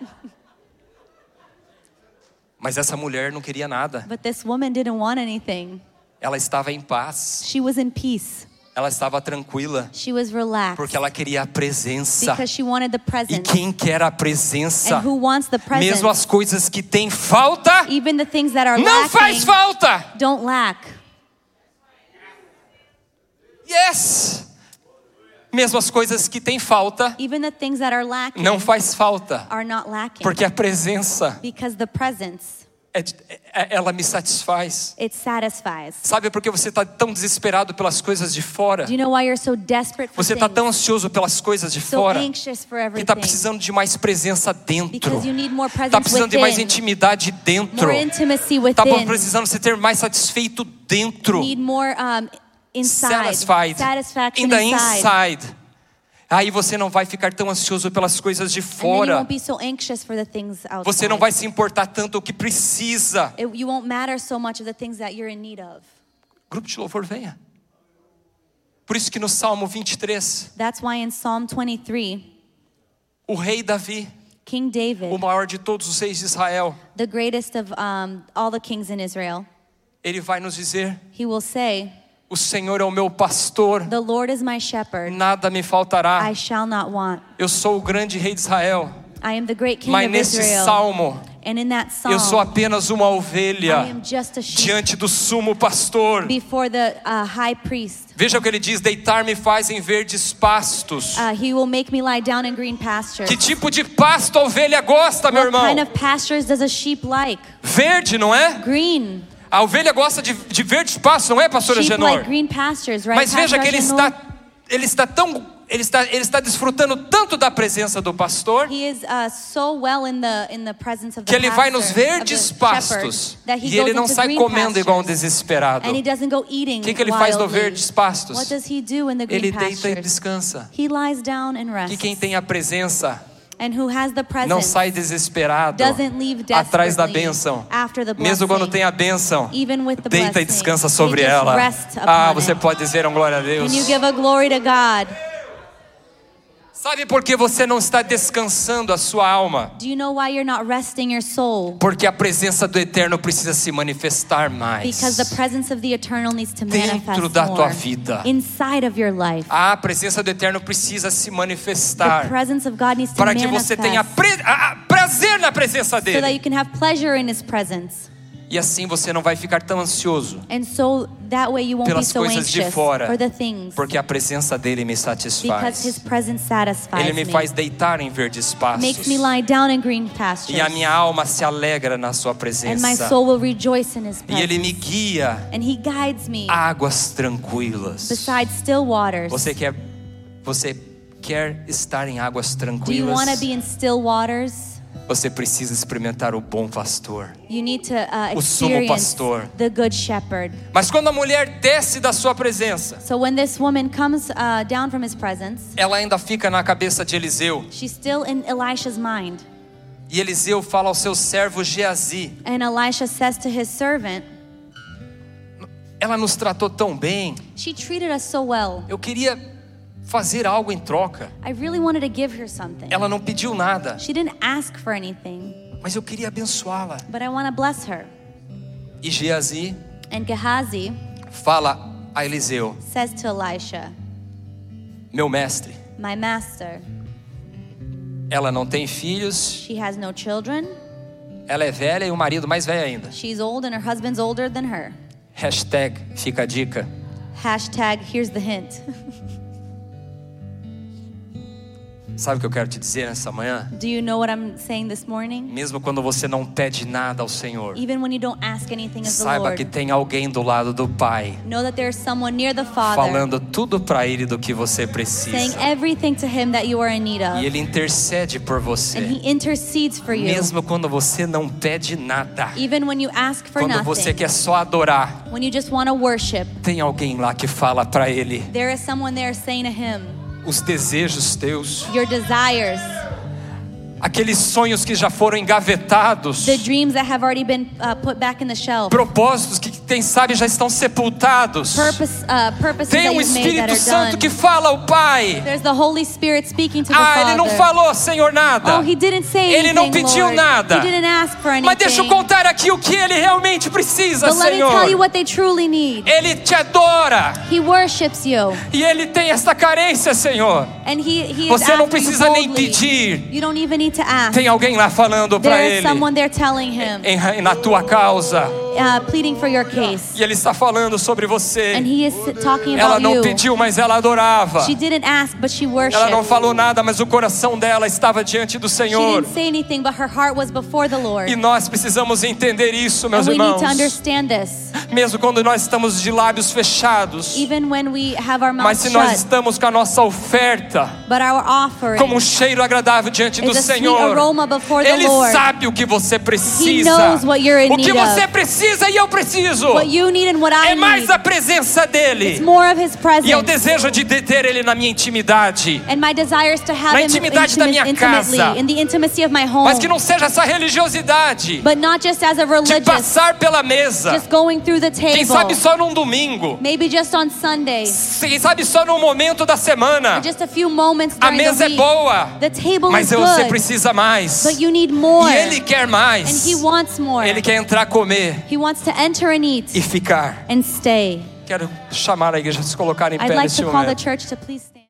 A: Mas essa mulher não queria nada.
B: But this woman didn't want anything.
A: Ela estava em paz,
B: She was in peace.
A: ela estava tranquila,
B: She was relaxed
A: porque ela queria a presença.
B: because she wanted the
A: E
B: presence.
A: quem quer a presença,
B: And who wants the
A: mesmo
B: presence?
A: as coisas que tem falta,
B: Even the things that are
A: não faz
B: lacking
A: falta.
B: don't lack.
A: Yes! Mesmo as coisas que tem falta,
B: Even the things that are lacking
A: não faz falta,
B: are not lacking
A: porque a presença,
B: because the presence
A: é- é- ela me satisfaz.
B: it satisfies.
A: Sabe por que você está tão desesperado pelas coisas de fora?
B: Do you know why you're so desperate for
A: Você está
B: things?
A: tão ansioso pelas coisas de
B: so
A: fora
B: anxious for
A: que
B: everything?
A: está precisando de mais presença dentro.
B: Because you need more
A: Está
B: presence
A: Tá precisando de mais
B: within,
A: intimidade dentro.
B: more intimacy
A: Está
B: within.
A: precisando se ter mais satisfeito dentro.
B: need more um, inside,
A: Satisfied. In
B: satisfaction
A: the
B: inside.
A: inside. Aí você não vai ficar tão ansioso pelas coisas de
B: And then you
A: fora.
B: won't be so anxious for the things outside.
A: Você não vai se importar tanto o que precisa.
B: It- you won't matter so much of the things that you're in need of.
A: Grupo de louvor, venha. Por isso que no Salmo 23,
B: That's why in Psalm 23,
A: o rei Davi,
B: King David,
A: o maior de todos os reis de Israel,
B: the greatest of um, all the kings in Israel,
A: ele vai nos dizer:
B: he will say,
A: O Senhor é o meu pastor,
B: "The Lord is my shepherd;
A: nada me faltará.
B: I shall not want.
A: Eu sou o grande rei de Israel.
B: I am the great King
A: Mas
B: of
A: neste
B: Israel."
A: salmo,
B: and in that psalm,
A: eu sou apenas uma
B: I
A: ovelha
B: am just a sheep
A: diante do sumo pastor.
B: before the uh, high priest.
A: Veja o que ele diz: deitar-me faz em verdes pastos.
B: Uh, he will make me lie down in green pastures.
A: Que tipo de pasto a ovelha gosta, meu
B: What
A: irmão?
B: kind of pastures does a sheep like?
A: Verde, não é?
B: Green.
A: A ovelha gosta de, de verdes pastos, não é, pastora
B: Sheep
A: Genor?
B: like green pastures, right?
A: Mas veja que ele
B: Pastor Agenor?
A: está, ele está tão. Ele está, ele está desfrutando tanto da presença do pastor
B: He is uh, so well in the in the presence of the
A: que ele vai nos
B: pastor, of the
A: verdes
B: shepherd,
A: pastos
B: that he
A: e ele
B: goes
A: não
B: into
A: sai
B: green
A: comendo igual um
B: pastures,
A: desesperado.
B: And he doesn't go eating
A: Que que ele faz no
B: wildly.
A: verdes pastos?
B: What does he do in the green
A: Ele deita e
B: pastures?
A: descansa.
B: He lies down and rests.
A: Que quem tem a presença
B: And who has the presence
A: não sai desesperado
B: doesn't leave
A: atrás da
B: desperately
A: bênção.
B: after the
A: Mesmo
B: blessing.
A: quando tem a bênção,
B: Even with the
A: deita e
B: blessing,
A: descansa
B: he
A: sobre
B: just
A: ela.
B: rests
A: Ah,
B: upon
A: você
B: it.
A: pode dizer um glória a Deus.
B: Can you give a glory to God?
A: Sabe por que você não está descansando a sua alma?
B: Do you know why you're not resting your soul?
A: Porque a presença do Eterno precisa se manifestar mais.
B: Because the presence of the eternal needs to
A: Dentro
B: manifest
A: da
B: more
A: tua vida.
B: inside of your life.
A: A presença do Eterno precisa se
B: The
A: manifestar
B: presence of God needs to
A: para que
B: manifest
A: você tenha pre- a- a- prazer na presença
B: so that you
A: dele.
B: can have pleasure in His presence.
A: E assim você não vai ficar tão ansioso,
B: And so that way you won't be
A: Pelas
B: so
A: coisas de
B: anxious
A: fora.
B: for the things
A: porque a presença dele me
B: because His
A: satisfaz.
B: presence satisfies
A: Ele me faz deitar em verdes pastos.
B: makes me lie down in green pastures
A: E a minha alma se alegra na sua
B: and my
A: presença.
B: soul will rejoice in His
A: E
B: presence.
A: ele me guia
B: and He guides me
A: a águas tranquilas.
B: beside still waters.
A: Você quer você quer estar em águas
B: Do you
A: tranquilas?
B: want to be in still waters?
A: Você precisa experimentar o bom pastor.
B: You need to uh,
A: O sumo
B: experience
A: pastor.
B: the good shepherd.
A: Mas quando a mulher desce da sua presença,
B: So when this woman comes uh, down from his presence,
A: ela ainda fica na cabeça de Eliseu.
B: she's still in Elisha's mind.
A: E Eliseu fala ao seu servo Geazi:
B: And Elisha says to his servant,
A: Ela nos tratou tão bem.
B: She treated us so well.
A: Eu queria fazer algo em troca.
B: I really wanted to give her something.
A: Ela não pediu nada,
B: She didn't ask for anything,
A: mas eu queria abençoá-la.
B: but I want to bless her.
A: E Geazi
B: And Gehazi
A: fala a Eliseu:
B: says to Elisha,
A: Meu mestre,
B: My master,
A: Ela não tem filhos,
B: She has no children.
A: ela é velha e o marido mais velho ainda.
B: She's old and her husband's older than her.
A: Hashtag fica a dica.
B: Hashtag, here's the hint.
A: Sabe o que eu quero te dizer nessa manhã?
B: Do you know what I'm saying this morning?
A: Mesmo quando você não pede nada ao Senhor,
B: Even when you don't ask anything of the
A: saiba
B: Lord,
A: que tem alguém do lado do Pai
B: know that there's someone near the Father
A: falando tudo para ele do que você
B: saying
A: precisa.
B: everything to Him that you are in need of.
A: E ele intercede por
B: And
A: você,
B: He intercedes for you,
A: mesmo quando você não pede nada.
B: even when you ask for
A: Quando
B: nothing,
A: você quer só adorar,
B: when you just want to worship.
A: tem alguém lá que fala para ele
B: There is someone there saying to Him,
A: os desejos teus,
B: Your desires,
A: aqueles sonhos que já foram engavetados,
B: the dreams that have already been uh, put back in the shelf,
A: propósitos que quem sabe já estão sepultados.
B: purpose, uh, purposes
A: Tem
B: that
A: um
B: you've made that
A: Espírito
B: are
A: Santo
B: done.
A: que fala ao Pai.
B: There's the Holy Spirit speaking to the
A: Ah, ele não
B: Father.
A: falou, Senhor, nada.
B: Oh, he didn't say
A: Ele
B: anything,
A: não pediu
B: Lord.
A: nada.
B: He didn't ask for anything.
A: Mas deixa eu contar aqui o que ele realmente precisa,
B: But let me tell you
A: Senhor.
B: what they truly need.
A: Ele te adora
B: He worships you,
A: e ele tem essa carência, Senhor.
B: and he he is
A: Você não
B: after you
A: precisa nem
B: boldly.
A: pedir.
B: You don't even need to ask.
A: Tem alguém lá falando para
B: there is
A: ele
B: someone there telling him,
A: em- na tua causa.
B: uh, pleading for your case,
A: E ele está falando sobre
B: and
A: você.
B: he is talking
A: Ela
B: about
A: não
B: you.
A: pediu, mas ela adorava.
B: She didn't ask, but she worshipped.
A: Ela não falou nada, mas o coração dela estava diante do
B: she
A: Senhor.
B: didn't say anything, but her heart was before the Lord.
A: E nós precisamos entender isso,
B: and
A: meus
B: we need
A: irmãos.
B: to understand this,
A: Mesmo quando nós estamos de lábios fechados,
B: even when we have our
A: mas
B: mouths
A: se nós
B: shut.
A: estamos com a nossa oferta
B: But our offering
A: como um cheiro agradável diante do
B: is a sweet
A: Senhor,
B: aroma before the
A: Ele
B: Lord.
A: sabe o que você precisa.
B: knows what you're in
A: O que
B: need of.
A: você precisa e eu preciso.
B: What you need and what I
A: É mais
B: need.
A: a presença
B: It's
A: dele.
B: more of His presence.
A: E eu desejo de ter ele na minha intimidade.
B: And my desire is to have
A: Na
B: him
A: intimidade da minha
B: intimately,
A: casa.
B: in the intimacy of my home.
A: Mas que não seja essa religiosidade
B: but not just as a
A: de
B: religious,
A: passar pela mesa.
B: just going through the table.
A: Quem sabe só num domingo.
B: Maybe just on Sunday,
A: Quem sabe só num momento da semana.
B: or just a few moments
A: A
B: during
A: mesa
B: the
A: é
B: week.
A: boa,
B: The table
A: mas
B: is
A: você
B: good,
A: precisa mais.
B: but you need more.
A: E ele quer
B: and he
A: mais.
B: wants more.
A: Ele quer entrar, comer
B: he wants to enter and eat
A: e ficar.
B: and stay.
A: Quero chamar a igreja a se colocar em
B: I'd
A: pé
B: like
A: nesse
B: to call the
A: momento.
B: church to please stand.